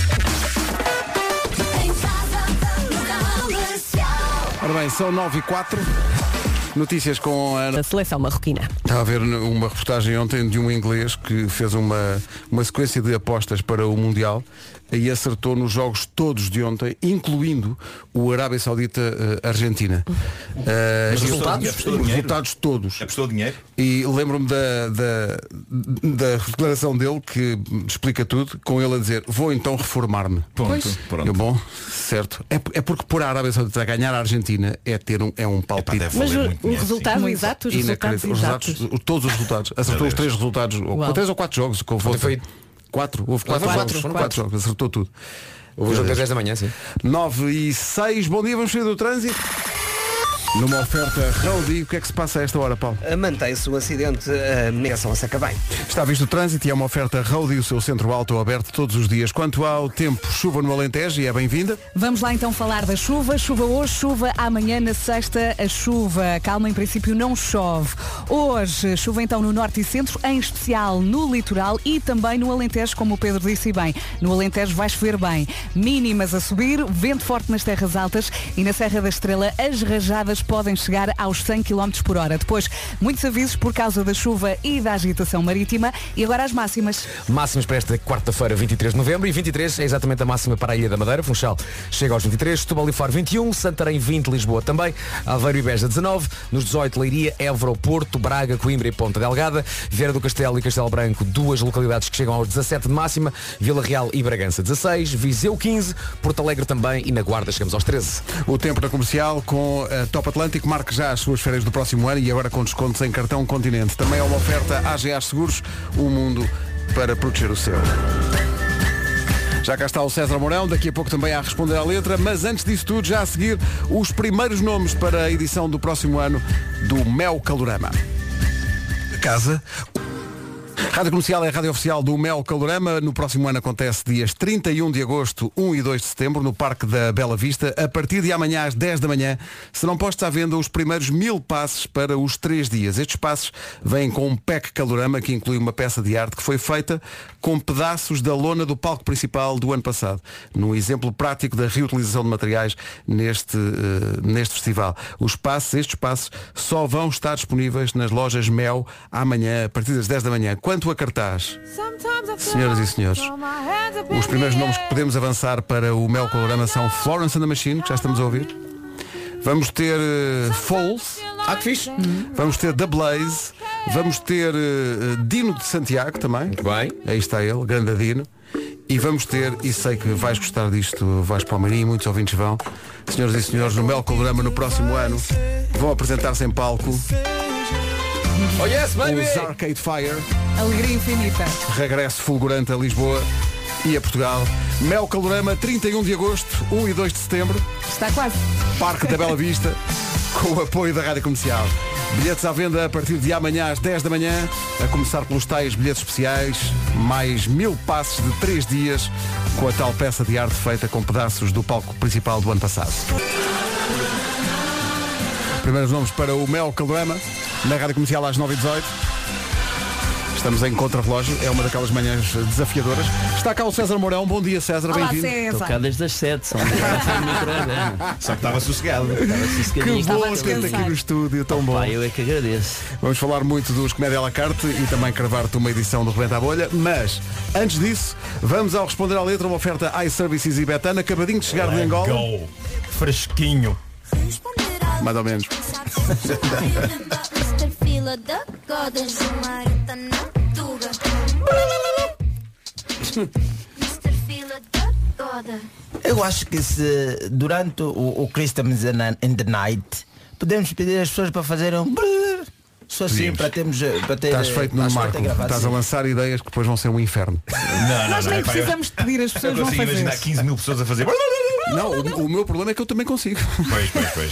Speaker 2: Ora bem, são 9 e 4. Notícias com a...
Speaker 7: A seleção marroquina.
Speaker 2: Estava a ver uma reportagem ontem de um inglês que fez uma, uma sequência de apostas para o Mundial e acertou nos jogos todos de ontem, incluindo o Arábia eh, Saudita-Argentina.
Speaker 12: Mas resultados? Apostou dinheiro?
Speaker 2: Eh, resultados todos.
Speaker 12: Apostou dinheiro?
Speaker 2: E lembro-me da, da, da declaração dele que explica tudo, com ele a dizer, vou então reformar-me.
Speaker 12: Ponto.
Speaker 2: Pois.
Speaker 12: Pronto.
Speaker 2: Eu, bom, certo. É, é porque pôr a Arábia Saudita a ganhar a Argentina é ter um, é um palpite.
Speaker 7: Mas valer o- muito o dinheiro, sim. resultado exato, os resultados
Speaker 2: Inacreditável. Os
Speaker 7: exatos.
Speaker 2: resultados, o- todos os resultados. Acertou os três resultados. Ou,
Speaker 7: Uau.
Speaker 2: três ou quatro jogos que houve ontem. Quatro, houve quatro,
Speaker 10: Quatro,
Speaker 2: jogos.
Speaker 10: foram
Speaker 2: Quatro.
Speaker 10: quatro.
Speaker 2: jogos, acertou tudo.
Speaker 10: Houve um jogo das 10 da manhã, sim.
Speaker 2: 9 e 6, bom dia, vamos sair do trânsito. Numa oferta Raudi, o que é que se passa a esta hora, Paulo?
Speaker 3: Ah, Mantém-se o acidente ah, na direção a Sacabém.
Speaker 2: Está visto o trânsito e é uma oferta Raudi, o seu centro alto aberto todos os dias. Quanto ao tempo, chuva no Alentejo e é bem-vinda.
Speaker 1: Vamos lá então falar da chuva. Chuva hoje, chuva amanhã, na sexta, a chuva. Calma, em princípio não chove. Hoje, chuva então no norte e centro, em especial no litoral e também no Alentejo, como o Pedro disse e bem. No Alentejo vai chover bem. Mínimas a subir, vento forte nas terras altas e na Serra da Estrela as rajadas podem chegar aos 100 km por hora. Depois, muitos avisos por causa da chuva e da agitação marítima. E agora as máximas.
Speaker 10: Máximas para esta quarta-feira, 23 de novembro, e 23 é exatamente a máxima para a Ilha da Madeira. Funchal chega aos 23, Setúbal e Faro 21, Santarém 20, Lisboa também, Aveiro e Beja 19, nos 18 Leiria, Évora, Porto, Braga, Coimbra e Ponta Delgada, Vieira do Castelo e Castelo Branco, duas localidades que chegam aos 17 de máxima, Vila Real e Bragança 16, Viseu 15, Porto Alegre também e na Guarda chegamos aos 13.
Speaker 2: O tempo na comercial com a Top Atlântico marque já as suas férias do próximo ano e agora com descontos em cartão Continente. Também é uma oferta AGA Seguros, o mundo para proteger o seu. Já cá está o César Mourão, daqui a pouco também a responder à letra, mas antes disso tudo, já a seguir, os primeiros nomes para a edição do próximo ano do Mel Calorama. Casa. Rádio Comercial é a rádio oficial do Mel Calorama. No próximo ano acontece dias 31 de agosto, 1 e 2 de setembro, no Parque da Bela Vista. A partir de amanhã às 10 da manhã serão postos à venda os primeiros mil passes para os três dias. Estes passes vêm com um pack Calorama que inclui uma peça de arte que foi feita com pedaços da lona do palco principal do ano passado. Num exemplo prático da reutilização de materiais neste, eh, neste festival. Os passes, estes passes, só vão estar disponíveis nas lojas Mel amanhã, a partir das 10 da manhã. Quanto a cartaz, senhoras e senhores, os primeiros nomes que podemos avançar para o Mel Colorama são Florence and the Machine, que já estamos a ouvir. Vamos ter eh, Foles. Ah, que fixe. Vamos ter The Blaze. Vamos ter eh, Dino de Santiago também. Muito bem. Aí está ele, grande Dino. E vamos ter, e sei que vais gostar disto, vais para o Marinho, muitos ouvintes vão. Senhoras e senhores, no Mel Colorama no próximo ano vão apresentar-se em palco
Speaker 10: Oh yes,
Speaker 2: os Arcade Fire.
Speaker 1: Alegria infinita.
Speaker 2: Regresso fulgurante a Lisboa e a Portugal. Mel Calorama, 31 de agosto, 1 e 2 de setembro.
Speaker 1: Está quase.
Speaker 2: Parque da Bela Vista, com o apoio da Rádio Comercial. Bilhetes à venda a partir de amanhã às 10 da manhã, a começar pelos tais bilhetes especiais, mais mil passes de 3 dias, com a tal peça de arte feita com pedaços do palco principal do ano passado. Primeiros nomes para o Mel Calorama, na Rádio Comercial às 9h18. Estamos em contrarrelógio, é uma daquelas manhãs desafiadoras. Está cá o César Mourão, bom dia César,
Speaker 16: Olá,
Speaker 2: bem-vindo.
Speaker 16: César. Estou cá desde as 7, são
Speaker 12: Só que estava sossegado. Estava
Speaker 2: Que bom ter aqui no estúdio, tão bom.
Speaker 16: eu é que agradeço.
Speaker 2: Vamos falar muito dos Comédia à la Carte e também cravar-te uma edição do Rebenta à Bolha, mas antes disso, vamos ao Responder à Letra, uma oferta iServices e Betana, acabadinho de chegar de Angola.
Speaker 16: Fresquinho.
Speaker 2: Mais ou menos.
Speaker 17: Eu acho que se durante o, o Christmas in the Night podemos pedir às pessoas para fazerem um brrr, só assim, para termos. eh, Para ter,
Speaker 2: Estás feito no
Speaker 17: acho que
Speaker 2: marco.
Speaker 17: tem gravado,
Speaker 2: Estás a
Speaker 17: sim.
Speaker 2: lançar ideias que depois vão ser um inferno.
Speaker 1: Nós nem precisamos de pedir, as pessoas
Speaker 12: é Eu
Speaker 1: vão
Speaker 12: consigo
Speaker 1: fazer.
Speaker 12: imaginar
Speaker 1: isso.
Speaker 12: 15 mil pessoas a fazer.
Speaker 2: Não, o, o meu problema é que eu também consigo.
Speaker 12: Pois, pois, pois.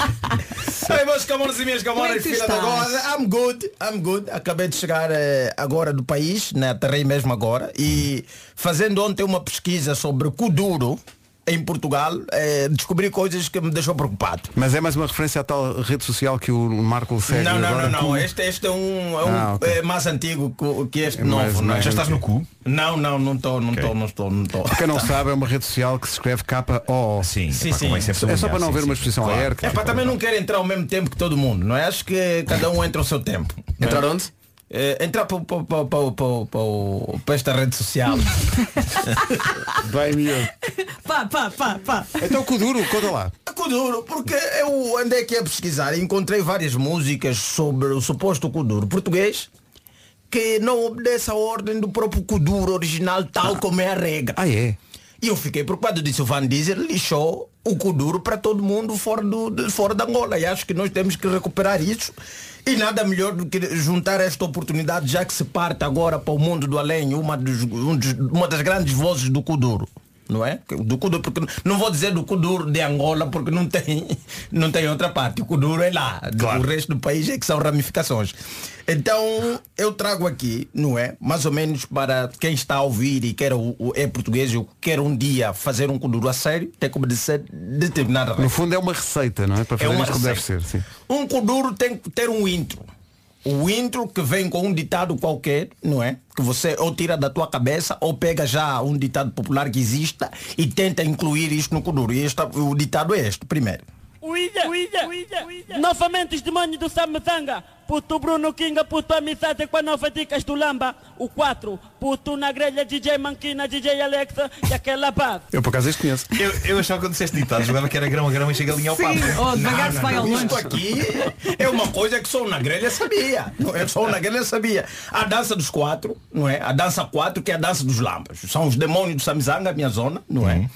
Speaker 17: Ei, meus camões e minhas
Speaker 12: Como é
Speaker 17: camões,
Speaker 12: que
Speaker 17: filha da
Speaker 12: estás?
Speaker 17: agora. I'm good, I'm good. Acabei de chegar eh, agora do país, né? aterrei mesmo agora. E fazendo ontem uma pesquisa sobre Kuduro em Portugal, eh, descobri coisas que me deixou preocupado.
Speaker 2: Mas é mais uma referência à tal rede social que o Marco segue
Speaker 17: Não, não,
Speaker 2: agora.
Speaker 17: não, não.
Speaker 2: Cu.
Speaker 17: Este, este é um, é um,
Speaker 2: Ah, ok.
Speaker 17: eh, mais antigo que, que este
Speaker 2: É
Speaker 17: novo.
Speaker 2: mais-
Speaker 17: não é?
Speaker 2: mais Já estás no
Speaker 12: cu?
Speaker 17: Não, não, não estou, não estou, não estou, não estou.
Speaker 2: Para Quem não sabe, é uma rede social que se escreve K-O.
Speaker 12: Sim,
Speaker 17: Sim, assim, sim.
Speaker 2: É só para não ver uma exposição aérea.
Speaker 17: É para também não quero entrar ao mesmo tempo que todo mundo, não é? Acho que cada um entra o seu tempo. Eh,
Speaker 10: Entrar
Speaker 17: onde? entrar para, para, para, para, para, para, para esta rede social.
Speaker 2: Bem melhor.
Speaker 9: Pá, pá, pá, pá.
Speaker 2: Então Kuduro, conta lá.
Speaker 17: Kuduro, porque eu andei aqui a pesquisar e encontrei várias músicas sobre o suposto Kuduro português que não obedece à ordem do próprio Kuduro original, tal como é a regra.
Speaker 2: Ah, é?
Speaker 17: E eu fiquei preocupado disso. O Van Diesel lixou o Kuduro para todo mundo fora, do, de- fora da Angola. E acho que nós temos que recuperar isso. E nada melhor do que juntar esta oportunidade, já que se parte agora para o mundo do além, uma, dos- um dos- uma das grandes vozes do Kuduro. Não é? Do Kuduro, porque não vou dizer do Kuduro de Angola porque não tem, não tem outra parte. O Kuduro é lá. O resto do país é que são ramificações. Então eu trago aqui, não é? Mais ou menos para quem está a ouvir e quer o, o- é português, eu quero um dia fazer um Kuduro a sério, tem que obedecer determinada regra.
Speaker 2: No fundo é uma receita, não é? Para
Speaker 17: É
Speaker 2: fazer
Speaker 17: uma
Speaker 2: isto como deve
Speaker 17: receita.
Speaker 2: ser. Sim.
Speaker 17: Um Kuduro tem que ter um intro. O intro que vem com um ditado qualquer, não é? Que você ou tira da tua cabeça ou pega já um ditado popular que exista e tenta incluir isto no Kuduro. E este, o ditado é este, primeiro.
Speaker 18: Uida, uida, uida. Novamente os demônios do Samazanga. Puto Bruno Kinga, puto amizade com a nova dicas do Lamba. O 4, puto na grelha, DJ Manquina, DJ Alexa e aquela base.
Speaker 2: Eu por acaso este conheço.
Speaker 12: Eu, eu achava que quando disseste ditado, jogava que era grão a grão e chega a linha ao
Speaker 17: Sim,
Speaker 12: papo.
Speaker 1: Oh,
Speaker 17: ou devagar
Speaker 12: Não,
Speaker 17: se
Speaker 12: não,
Speaker 17: vai
Speaker 12: não.
Speaker 17: ao longe. Isto aqui é uma coisa que só na grelha sabia. Não é só na grelha sabia. A dança dos quatro, não é? A dança quatro, que é a dança dos lambas. São os demônios do Samizanga, minha zona, não é?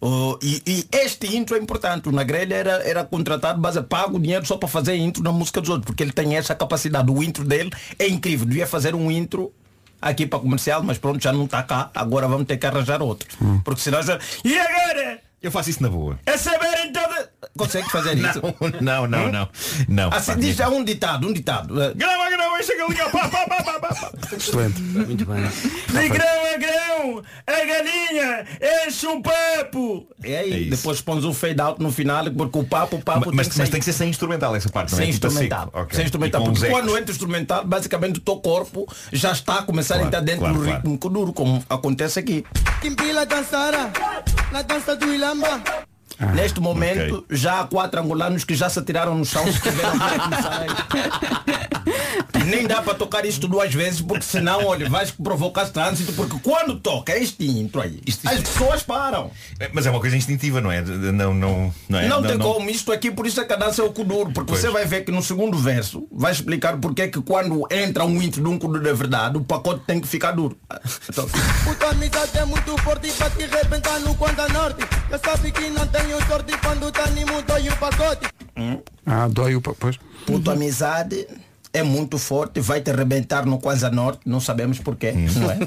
Speaker 17: Oh, e, e este intro é importante. O Nagrelha era, era contratado, mas paga o dinheiro só para fazer intro na música dos outros, porque ele tem essa capacidade. O intro dele é incrível. Devia fazer um intro aqui para comercial, mas pronto, já não está cá. Agora vamos ter que arranjar outro. Porque senão já. E agora?
Speaker 12: Eu faço isso na boa.
Speaker 17: É saber
Speaker 18: então
Speaker 17: toda. Consegue fazer isso?
Speaker 12: Não, não,
Speaker 17: Hum?
Speaker 12: não. Não.
Speaker 17: Assim, diz já um ditado, um ditado.
Speaker 18: Grão, grão, chega a linha, pá, pá, pá, pá, pá.
Speaker 2: Excelente.
Speaker 18: Muito bem. De grão a grão, a galinha enche um papo.
Speaker 17: É aí. Depois pões um fade out no final, porque o papo, o papo
Speaker 12: Mas,
Speaker 17: tem que
Speaker 12: mas
Speaker 17: sair.
Speaker 12: tem que ser sem instrumental essa parte, não é?
Speaker 17: Sem
Speaker 12: Tipo assim.
Speaker 17: instrumental.
Speaker 12: Ok.
Speaker 17: Sem instrumental.
Speaker 12: E com os
Speaker 17: Porque
Speaker 12: ecos.
Speaker 17: quando entra instrumental, basicamente o teu corpo já está a começar a entrar dentro do ritmo que duro, como acontece aqui.
Speaker 19: Kimpila dançara, la dança do Ilamba.
Speaker 12: Ah,
Speaker 17: Neste momento, já há quatro angolanos que já se atiraram no chão se tiveram que começar aí. Nem dá para tocar isto duas vezes, porque senão, olha, vais provocar trânsito, porque quando toca este intro aí, as pessoas param.
Speaker 12: É, Mas é uma coisa instintiva, não é? De- de- Não, não, não, é?
Speaker 17: não, tem como isto aqui, por isso é que a dança é o Kuduro, porque
Speaker 12: Pois.
Speaker 17: você vai ver que no segundo verso vai explicar porque é que quando entra um intro de um Kuduro de verdade, o pacote tem que ficar duro. Então,
Speaker 19: Puta amizade é muito forte pra te rebentar no Conda Norte. Eu sabe que não tenho sorte quando tá animo dói o pacote.
Speaker 2: Ah, dói o. pa- Pois.
Speaker 17: puto amizade é muito forte, vai te arrebentar no Kwanza Norte, não sabemos porquê, não é?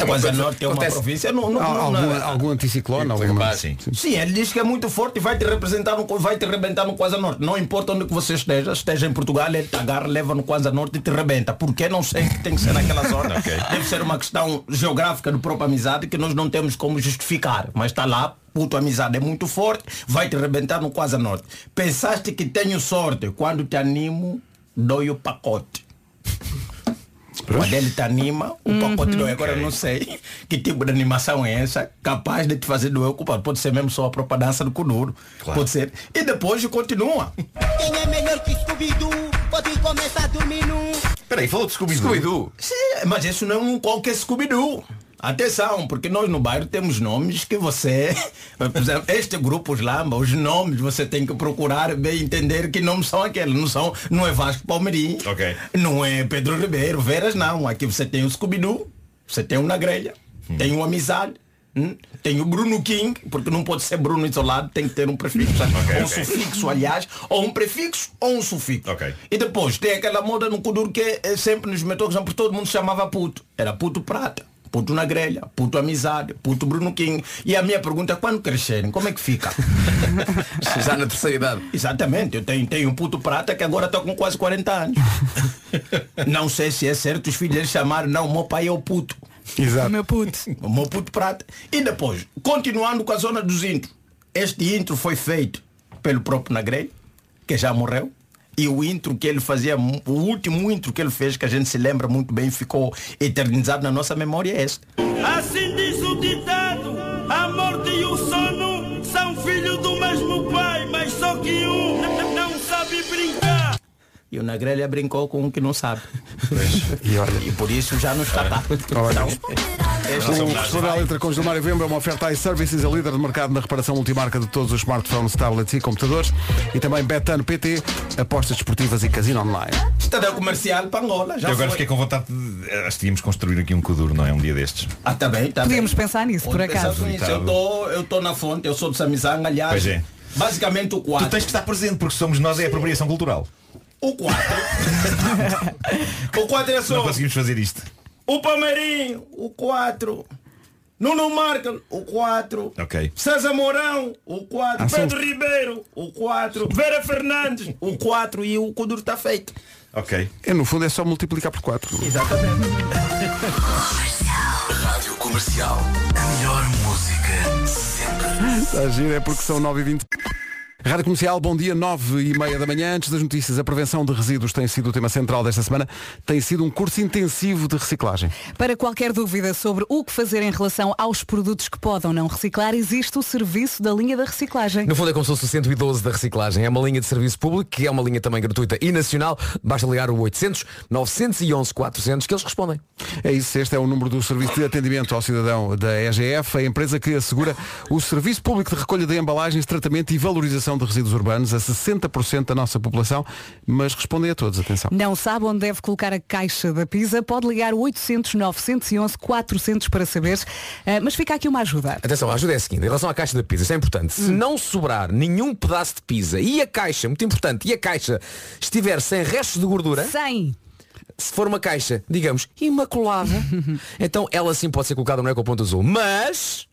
Speaker 17: A Kwanza Norte é uma
Speaker 2: Acontece.
Speaker 17: província. Não, não,
Speaker 2: Al-
Speaker 17: não, é. não-
Speaker 2: algum, algum anticiclone, alguma
Speaker 12: Sim.
Speaker 17: Sim, ele diz que é muito forte e vai te representar, no, vai te rebentar no Kwanza Norte. Não importa onde que você esteja, esteja em Portugal, ele te agarra, leva no Kwanza Norte e te rebenta. Porque não sei que tem que ser naquela zona. Deve ser uma questão geográfica do próprio amizade que nós não temos como justificar. Mas está lá, puto amizade é muito forte, vai te rebentar no Kwanza Norte. Pensaste que tenho sorte, quando te animo, dói o pacote. Quando ele te anima, o pacote dói. Agora eu não sei que tipo de animação é essa capaz de te fazer doer o culpado. Pode ser mesmo só a própria dança do Kuduro. Pode ser. E depois continua.
Speaker 19: Quem é melhor que Scooby-Doo pode começar a dormir num.
Speaker 12: Peraí, falou de Scooby-Doo.
Speaker 17: Sim, mas isso não é um qualquer Scooby-Doo. Atenção, porque nós no bairro temos nomes que você, por exemplo, este grupo, os Lamba, os nomes você tem que procurar bem entender que nomes são aqueles. Não são, não é Vasco Palmeirim, não é Pedro
Speaker 12: Hum.
Speaker 17: Ribeiro, Veras não. Aqui você tem o Scooby-Doo, você tem o Na Grelha, tem o Amizade, Hum? Tem o Bruno King, porque não pode ser Bruno isolado, tem que ter um prefixo, sabe? ou um
Speaker 12: ok.
Speaker 17: sufixo, aliás, ou um prefixo ou um sufixo. E depois tem aquela moda no Kuduro que é, é sempre nos metrôs, por exemplo, todo mundo se chamava puto. Era puto prata, puto na grelha, puto amizade, puto Bruno King. E a minha pergunta é quando crescerem, como é que fica? Já na terceira idade. Exatamente, eu tenho, tenho um puto prata que agora está com quase 40 anos. não sei se é certo os filhos deles chamarem, não, o meu pai é o puto.
Speaker 2: Exato.
Speaker 17: O meu puto. o meu puto prata. E depois, continuando com a zona dos intros. Este intro foi feito pelo próprio Nagrelha, que já morreu. E o intro que ele fazia, mu- o último intro que ele fez, que a gente se lembra muito bem, ficou eternizado na nossa memória, é este.
Speaker 18: Assim diz o ditado, a morte e o sono são filhos do mesmo pai, mas só que um n- não sabe brincar.
Speaker 17: E o Nagrelha brincou com um que não sabe. e, por isso já não está lá. Então, este-
Speaker 2: O professor da Então, letra com Gilmário Vemba é uma oferta iServices, a líder de mercado na reparação multimarca de todos os smartphones, tablets e computadores. E também Betano PT, apostas desportivas e casino online.
Speaker 17: Estadão comercial para Angola, já
Speaker 12: Eu agora
Speaker 17: foi.
Speaker 12: fiquei com vontade de. eh, Acho que tínhamos construir aqui um Kuduro, não é? Um dia destes.
Speaker 17: Ah, está bem, está bem.
Speaker 1: Podíamos pensar nisso, por
Speaker 17: Pode pensar
Speaker 1: acaso.
Speaker 17: nisso. Eu tô- Eu estou na fonte, eu sou de Samizanga, aliás.
Speaker 12: Tá Pois é.
Speaker 17: Basicamente o quadro.
Speaker 12: Tu tens que estar presente porque somos nós é a apropriação cultural.
Speaker 17: O 4. o 4 é
Speaker 12: Não
Speaker 17: só.
Speaker 12: conseguimos fazer isto.
Speaker 17: O Palmeirinho, o 4. Nuno Marca, o 4.
Speaker 12: Ok.
Speaker 17: César Mourão, o 4.
Speaker 12: Ah, são-
Speaker 17: Pedro Ribeiro, o 4. Vera Fernandes, o 4. E o Kuduro está feito.
Speaker 12: Ok.
Speaker 2: É, no fundo é só multiplicar por 4.
Speaker 14: Rádio Comercial. A melhor música sempre.
Speaker 2: Está giro, é porque são 9h20. Rádio Comercial, bom dia, 9 e meia da manhã. Antes das notícias, a prevenção de resíduos tem sido o tema central desta semana. Tem sido um curso intensivo de reciclagem.
Speaker 1: Para qualquer dúvida sobre o que fazer em relação aos produtos que podem ou não reciclar, existe o serviço da linha da reciclagem.
Speaker 10: No fundo é como se fosse o 112 da reciclagem. É uma linha de serviço público que é uma linha também gratuita e nacional. Basta ligar o 800 911 400 que eles respondem.
Speaker 2: É isso, este é o número do Serviço de Atendimento ao Cidadão da EGF, a empresa que assegura o Serviço Público de Recolha de Embalagens, Tratamento e Valorização de Resíduos Urbanos a 60% da nossa população, mas respondem a todos, atenção.
Speaker 1: Não sabe onde deve colocar a caixa da pizza? Pode ligar o 800 911 400 para saber. Eh, mas fica aqui uma ajuda.
Speaker 10: Atenção, a ajuda é a seguinte, em relação à caixa da pizza, isso é importante. Se não sobrar nenhum pedaço de pizza e a caixa, muito importante, e a caixa estiver sem restos de gordura.
Speaker 1: Sem!
Speaker 10: Se for uma caixa, digamos, imaculada, então ela sim pode ser colocada é no ecoponto azul. Mas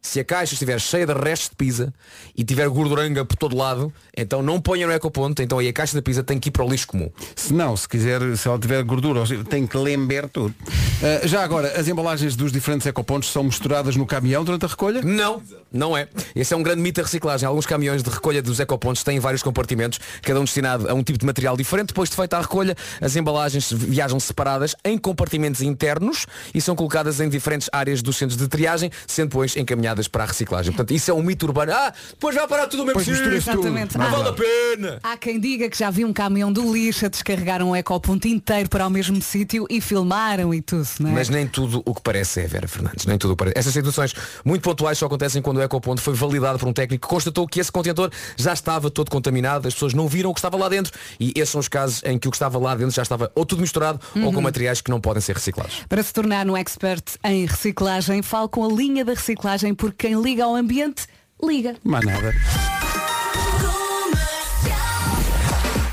Speaker 10: se a caixa estiver cheia de restos de pizza e tiver gorduranga por todo lado, então não ponha no ecoponto, então aí a caixa da pizza tem que ir para o lixo comum.
Speaker 2: Se não, se quiser, se ela tiver gordura, ou seja, tem que lembrar tudo. Ah, já agora, as embalagens dos diferentes ecopontos são misturadas no caminhão durante a recolha?
Speaker 10: Não, não é. Esse é um grande mito da reciclagem. Alguns caminhões de recolha dos ecopontos têm vários compartimentos, cada um destinado a um tipo de material diferente. Depois de feita a recolha, as embalagens viajam separadas em compartimentos internos e são colocadas em diferentes áreas dos centros de triagem, sendo depois encaminhadas para a reciclagem. Portanto, isso é um mito urbano. Ah, depois vai parar tudo no mesmo
Speaker 2: Depois
Speaker 10: sítio.
Speaker 2: mistura-se tudo.
Speaker 10: Não,
Speaker 1: Exatamente. Ah.
Speaker 10: vale a pena.
Speaker 1: Há quem diga que já viu um caminhão do lixo a descarregar um ecoponto inteiro para o mesmo sítio e filmaram e tudo, não é?
Speaker 10: Mas nem tudo o que parece é Vera Fernandes. Nem tudo o que parece. Essas situações muito pontuais só acontecem quando o ecoponto foi validado por um técnico que constatou que esse contentor já estava todo contaminado, as pessoas não viram o que estava lá dentro e esses são os casos em que o que estava lá dentro já estava ou tudo misturado ou com
Speaker 1: Uhum.
Speaker 10: materiais que não podem ser reciclados.
Speaker 1: Para se tornar um expert em reciclagem, fale com a linha da reciclagem, porque quem liga ao ambiente, liga.
Speaker 2: Mais nada.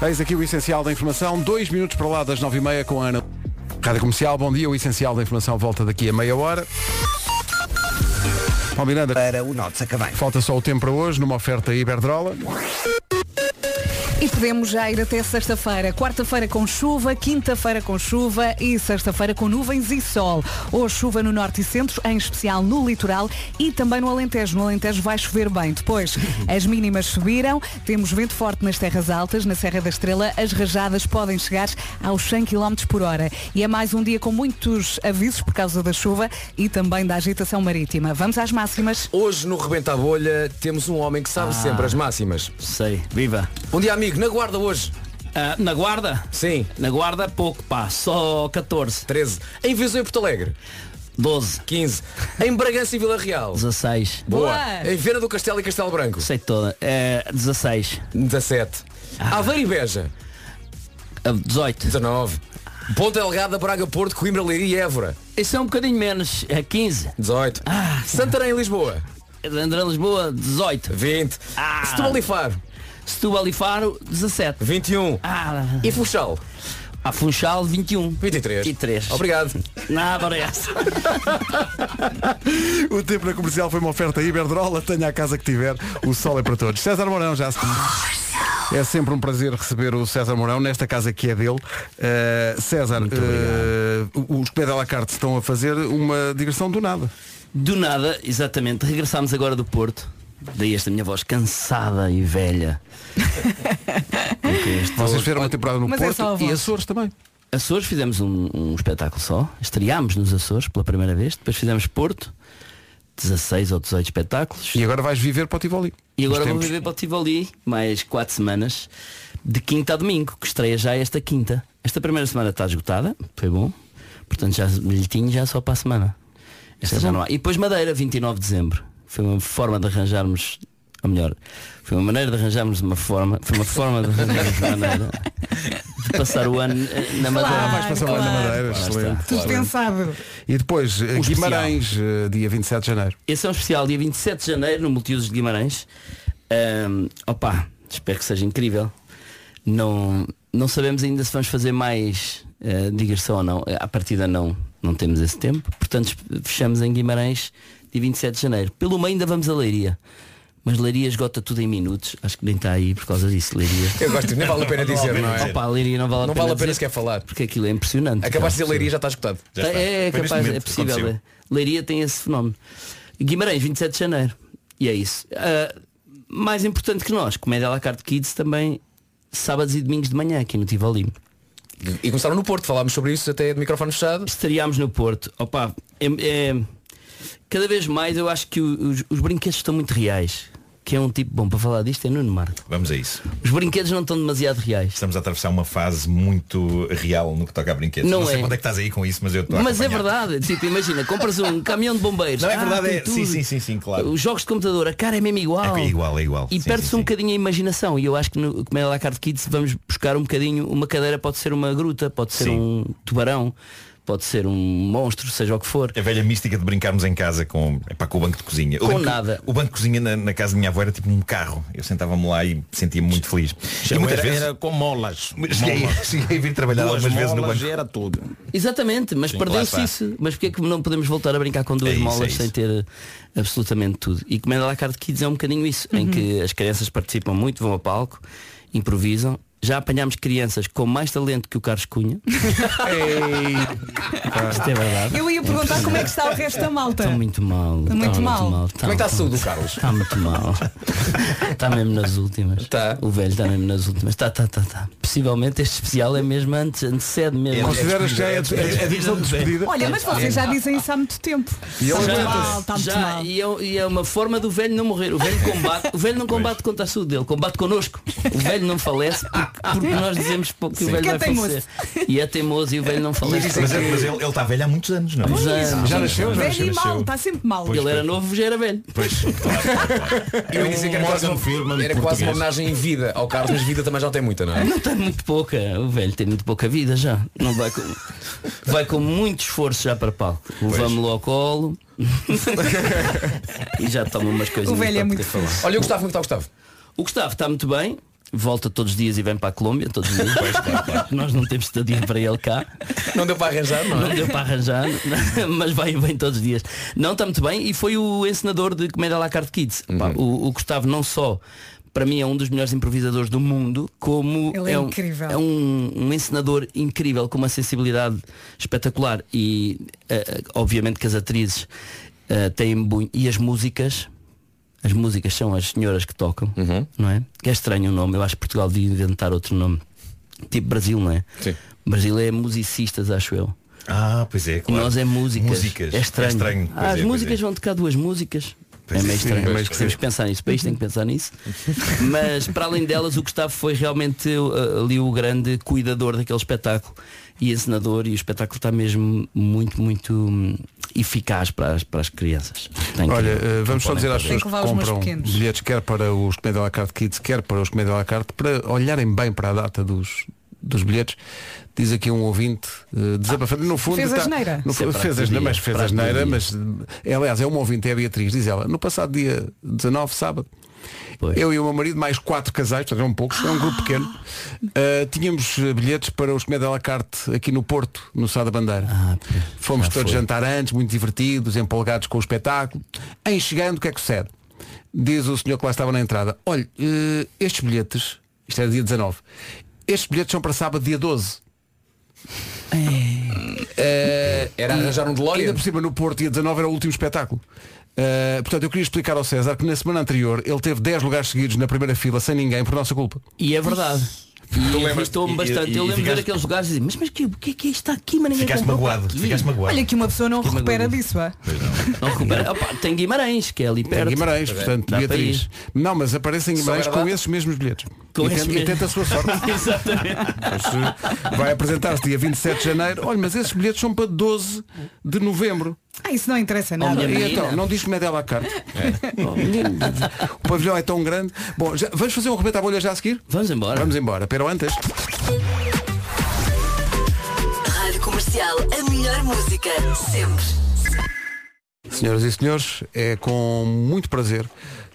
Speaker 2: Eis aqui o essencial da informação, dois minutos para lá das nove e meia com a Ana. Rádio Comercial, bom dia, o essencial da informação volta daqui a meia hora. Paulo Miranda.
Speaker 3: Para o Norte Sacavém.
Speaker 2: Falta só o tempo para hoje, numa oferta Iberdrola.
Speaker 1: E podemos já ir até sexta-feira. Quarta-feira com chuva, quinta-feira com chuva e sexta-feira com nuvens e sol. Hoje chuva no norte e centro, em especial no litoral e também no Alentejo. No Alentejo vai chover bem. Depois as mínimas subiram, temos vento forte nas terras altas, na Serra da Estrela, as rajadas podem chegar aos 100 km por hora. E é mais um dia com muitos avisos por causa da chuva e também da agitação marítima. Vamos às máximas.
Speaker 10: Hoje no Rebenta a Bolha temos um homem que sabe
Speaker 1: Ah.
Speaker 10: sempre as máximas.
Speaker 16: Sei, viva.
Speaker 10: Bom dia amigo, na guarda hoje.
Speaker 16: na guarda?
Speaker 10: Sim.
Speaker 16: Na guarda pouco, pá. Só 14.
Speaker 10: 13. Em Viseu e Porto Alegre.
Speaker 16: 12.
Speaker 10: 15. Em Bragança e Vila Real.
Speaker 16: 16.
Speaker 10: Boa. Em Viana do Castelo e Castelo Branco.
Speaker 16: Sei toda. É, Ah. 16. Ah,
Speaker 10: 17. Aveiro e Beja.
Speaker 16: 18.
Speaker 10: 19. Ponta Delgada, Braga, Porto, Coimbra, Leiria e Évora.
Speaker 16: Isso é um bocadinho menos, é 15.
Speaker 10: 18.
Speaker 16: Ah,
Speaker 10: Santarém, Lisboa.
Speaker 16: Santarém, Lisboa, 18.
Speaker 10: 20.
Speaker 16: Ah.
Speaker 10: Setúbal e Faro.
Speaker 16: Setúbal e Faro, 17.
Speaker 10: 21.
Speaker 16: Ah.
Speaker 10: E Funchal?
Speaker 16: A Funchal, 21.
Speaker 10: 23.
Speaker 16: 23.
Speaker 10: Obrigado.
Speaker 16: Nada, obrigado.
Speaker 2: O tempo na comercial foi uma oferta à Iberdrola, tenha a casa que tiver, o sol é para todos. César Mourão já se. É sempre um prazer receber o César Mourão nesta casa que é dele. Uh, César, uh, os Comédia à la carte estão a fazer uma digressão do nada.
Speaker 16: Do nada, exatamente. Regressámos agora do Porto. Daí esta minha voz cansada e velha. Porque
Speaker 2: Vocês
Speaker 16: este voz-
Speaker 2: fizeram uma temporada no Porto e a
Speaker 16: Açores também. Açores fizemos um, um espetáculo só, estreámos nos Açores pela primeira vez, depois fizemos Porto, 16 ou 18 espetáculos.
Speaker 2: E agora vais viver para o Tivoli.
Speaker 16: E agora
Speaker 2: Nos
Speaker 16: vou
Speaker 2: tempos.
Speaker 16: viver para o Tivoli mais 4 semanas, de quinta a domingo, que estreia já esta quinta. Esta primeira semana está esgotada, foi bom, portanto já bilhetinho já só para a semana. Esta já não há. E depois Madeira, 29 de dezembro. Foi uma forma de arranjarmos, ou melhor, foi uma maneira de arranjarmos uma forma, foi uma forma de arranjarmos uma maneira de passar o ano eh, na Madeira.
Speaker 2: Ah, vais passar o ano na Madeira, excelente.
Speaker 1: Tudo pensado.
Speaker 2: E depois, eh,
Speaker 16: especial.
Speaker 2: Guimarães, eh, dia 27 de janeiro.
Speaker 16: Esse é um especial dia 27 de janeiro no Multiusos de Guimarães. Ahm, opa, espero que seja incrível. Não, não sabemos ainda se vamos fazer mais eh, digressão ou não. À partida não, não temos esse tempo. Portanto, fechamos em Guimarães dia 27 de janeiro. Pelo meio ainda vamos a Leiria. Mas Leiria esgota tudo em minutos. Acho que nem está aí por causa disso, Leiria.
Speaker 10: Eu gosto, nem vale a pena dizer, não é?
Speaker 16: Opa, Leiria não vale a
Speaker 10: Não
Speaker 16: pena
Speaker 10: vale a pena
Speaker 16: dizer,
Speaker 10: sequer falar.
Speaker 16: Porque aquilo é impressionante.
Speaker 10: Acabaste de
Speaker 16: Cara,
Speaker 10: dizer Leiria, já está escutado.
Speaker 16: Tá, é, é capaz, é possível. é. Leiria tem esse fenómeno. Guimarães, 27 de janeiro. E é isso. Ah, mais importante que nós, Comédia à la carte Kids também, sábados e domingos de manhã aqui no Tivoli.
Speaker 10: E começaram no Porto, falámos sobre isso até de microfone fechado.
Speaker 16: Estaríamos no Porto. Opa, é, é- cada vez mais eu acho que o- os, os brinquedos estão muito reais. Que é um tipo bom para falar disto, é Nuno Marco.
Speaker 12: Vamos a isso.
Speaker 16: Os brinquedos não estão demasiado reais.
Speaker 12: Estamos a atravessar uma fase muito real no que toca a brinquedos.
Speaker 16: Não
Speaker 12: Não, sei
Speaker 16: é.
Speaker 12: quando é que estás aí com isso, mas eu estou a
Speaker 16: Mas é
Speaker 12: acompanhar.
Speaker 16: verdade, tipo, imagina, compras um caminhão de bombeiros.
Speaker 12: Não é
Speaker 16: Ah,
Speaker 12: verdade,
Speaker 16: tem
Speaker 12: é. Sim,
Speaker 16: tudo.
Speaker 12: sim, sim, sim, claro.
Speaker 16: Os jogos de computador, a cara é mesmo igual.
Speaker 12: É igual, é igual.
Speaker 16: E
Speaker 12: Sim,
Speaker 16: perde-se
Speaker 12: sim,
Speaker 16: um
Speaker 12: sim.
Speaker 16: bocadinho a imaginação. E eu acho que no Comédia La Carte Kids vamos buscar um bocadinho. Uma cadeira pode ser uma gruta, pode ser
Speaker 12: Sim.
Speaker 16: um tubarão, pode ser um monstro, seja o que for.
Speaker 12: A velha mística de brincarmos em casa com, epá, com o banco de cozinha.
Speaker 16: Com
Speaker 12: o banco,
Speaker 16: nada.
Speaker 12: O banco de cozinha na, na casa da minha avó era tipo um carro. Eu sentava-me lá e sentia-me muito feliz. E muitas
Speaker 15: era,
Speaker 12: vezes
Speaker 15: era com molas.
Speaker 12: cheguei,
Speaker 15: Molas.
Speaker 12: cheguei a vir trabalhar
Speaker 15: Duas
Speaker 12: algumas vezes no
Speaker 15: molas
Speaker 12: banco.
Speaker 15: era tudo.
Speaker 16: Exatamente, mas
Speaker 12: Sim, lá
Speaker 16: perdeu-se
Speaker 12: está.
Speaker 16: isso. Mas porque é que não podemos voltar a brincar com duas
Speaker 12: É isso,
Speaker 16: molas
Speaker 12: é isso.
Speaker 16: sem ter eh, absolutamente tudo? E Comédia La Carte Kids é um bocadinho isso, em
Speaker 12: Uhum.
Speaker 16: que as crianças participam muito, vão ao palco, improvisam. Já apanhámos crianças com mais talento que o Carlos Cunha. Isto é verdade.
Speaker 1: Eu ia perguntar como é que está o resto da malta.
Speaker 16: Está muito Tá, mal.
Speaker 1: Está Tá muito mal.
Speaker 10: Como é que está a saúde do Carlos?
Speaker 16: Está muito mal. Está Tá mesmo nas últimas. Tá. O velho está mesmo nas últimas. Tá, Está, está, está, está. Possivelmente este especial é mesmo antes, antecede mesmo.
Speaker 2: Consideras que é a- a- a divisão de despedida?
Speaker 1: Olha, mas vocês já dizem isso há muito tempo. Está muito mal, está muito
Speaker 16: Tá. Já,
Speaker 1: mal.
Speaker 16: e, é, e é uma forma do velho não morrer. O velho combate, o velho não combate contra a saúde dele, combate connosco. O velho não falece porque, porque nós dizemos que o
Speaker 12: Sim.
Speaker 16: velho
Speaker 12: Que é
Speaker 16: vai falecer. E é teimoso e o velho não falece.
Speaker 12: Mas, ele- mas ele ele está velho há muitos anos, não é?
Speaker 16: Pois, já nasceu, já
Speaker 1: Velho e mal, está sempre mal.
Speaker 12: Pois,
Speaker 16: ele era
Speaker 12: pois.
Speaker 16: novo, já era velho.
Speaker 12: Pois.
Speaker 10: Eu ia dizer que era quase, uma- era quase uma homenagem em vida ao Carlos, mas vida também já tem muita, não é?
Speaker 16: Não tem muito pouca, o velho tem muito pouca vida já. Não vai com, vai com muito esforço já para palco. Levamos-lo ao colo e já toma umas coisas.
Speaker 10: velho é muito
Speaker 16: falar.
Speaker 10: Olha, o Gustavo, como está o Gustavo?
Speaker 16: O Gustavo está muito bem. Volta todos os dias e vem para a Colômbia todos os dias. Nós não temos estadia para ele cá.
Speaker 10: Não deu para arranjar, não é?
Speaker 16: Não deu para arranjar, mas vai bem todos os dias. Não está muito bem e foi o encenador de Comédia à la carte Kids. Pá, O, o Gustavo não só para mim é um dos melhores improvisadores do mundo, como
Speaker 1: Ele é
Speaker 16: um,
Speaker 1: incrível.
Speaker 16: é um, um encenador incrível, com uma sensibilidade espetacular e eh, eh, obviamente que as atrizes eh, têm bu- e as músicas. As músicas são as senhoras que tocam, não é? Que é estranho o nome, eu acho que Portugal devia inventar outro nome. Tipo Brasil, não é? Sim. Brasil é musicistas, acho eu.
Speaker 12: Ah, pois é,
Speaker 16: E
Speaker 12: claro.
Speaker 16: nós é músicas.
Speaker 12: Músicas.
Speaker 16: É estranho.
Speaker 12: É estranho, pois
Speaker 16: Ah,
Speaker 12: é,
Speaker 16: as
Speaker 12: pois
Speaker 16: músicas
Speaker 12: é.
Speaker 16: vão tocar duas músicas.
Speaker 12: Pois
Speaker 16: é
Speaker 12: é,
Speaker 16: meio
Speaker 12: sim,
Speaker 16: estranho.
Speaker 12: pois
Speaker 16: mas
Speaker 12: é.
Speaker 16: temos que pensar nisso. O país tem que pensar nisso. Mas para além delas, o Gustavo foi realmente uh, ali o grande cuidador daquele espetáculo e encenador. E o espetáculo está mesmo muito, muito hum, eficaz para as, para as crianças. Tem que-
Speaker 2: Olha, eh,
Speaker 16: não
Speaker 2: vamos só
Speaker 16: podem
Speaker 2: dizer às
Speaker 16: perder.
Speaker 2: pessoas que compram bilhetes quer para os Comédia à la carte Kids, quer para os Comédia à la carte, para olharem bem para a data dos dos bilhetes, diz aqui um ouvinte eh, desabafado. No fundo,
Speaker 1: Fez
Speaker 2: tá-
Speaker 1: asneira.
Speaker 2: No,
Speaker 1: Isso é
Speaker 2: fundo,
Speaker 1: para
Speaker 2: fez
Speaker 1: que
Speaker 2: asneira,
Speaker 1: dia,
Speaker 2: mas fez
Speaker 1: para que
Speaker 2: asneira,
Speaker 1: dia.
Speaker 2: mas eh, aliás, é uma ouvinte, é a Beatriz, diz ela, no passado dia 19, sábado, eu e o meu marido, mais quatro casais, portanto é um pouco, é um grupo pequeno, eh, tínhamos eh, bilhetes para os comédia à la carte aqui no Porto, no Sá da Bandeira. Fomos
Speaker 16: já
Speaker 2: todos
Speaker 16: foi.
Speaker 2: jantar antes, muito divertidos, empolgados com o espetáculo. Em chegando, o que é que sucede? Diz o senhor que lá estava na entrada, olha, eh, estes bilhetes, isto era dia 19, estes bilhetes são para sábado dia 12.
Speaker 16: É.
Speaker 2: Eh,
Speaker 10: Era arranjar um DeLorean?
Speaker 2: Ainda por cima no Porto, dia 19, era o último espetáculo. Eh, portanto, eu queria explicar ao César que na semana anterior ele teve 10 lugares seguidos na primeira fila sem ninguém por nossa culpa.
Speaker 16: E é verdade. E afastou-me bastante. eu lembro de ver aqueles lugares e dizer, mas, mas que, o que é que isto está aqui, mas ninguém
Speaker 2: Ficaste
Speaker 16: comprou
Speaker 2: magoado,
Speaker 16: para aqui?"
Speaker 2: ficaste magoado.
Speaker 1: Olha que uma pessoa não
Speaker 16: Que
Speaker 1: recupera
Speaker 16: magoado.
Speaker 1: disso, é?
Speaker 16: Não recupera. Opa, tem Guimarães, que é ali perto.
Speaker 2: Em Guimarães, portanto,
Speaker 16: Dá para
Speaker 2: Beatriz.
Speaker 16: ir.
Speaker 2: Não, mas aparecem em
Speaker 16: Só
Speaker 2: Guimarães
Speaker 16: era
Speaker 2: com
Speaker 16: data?
Speaker 2: esses mesmos bilhetes.
Speaker 16: Com
Speaker 2: e,
Speaker 16: esses
Speaker 2: tenta, e
Speaker 16: mesmos.
Speaker 2: tenta a sua sorte. Mas, eh, Vai apresentar-se dia 27 de janeiro. Olha, mas esses bilhetes são para 12 de novembro.
Speaker 1: Ah, isso não
Speaker 16: Oh,
Speaker 1: interessa
Speaker 2: Não,
Speaker 1: nada.
Speaker 2: e então, não diz que dela à carta. Oh, o pavilhão é tão grande. Bom, já, vamos fazer um rebento à bolha já a seguir?
Speaker 16: Vamos embora.
Speaker 2: Vamos embora. Pero antes.
Speaker 4: Rádio Comercial, a melhor música sempre.
Speaker 2: Senhoras e senhores, é com muito prazer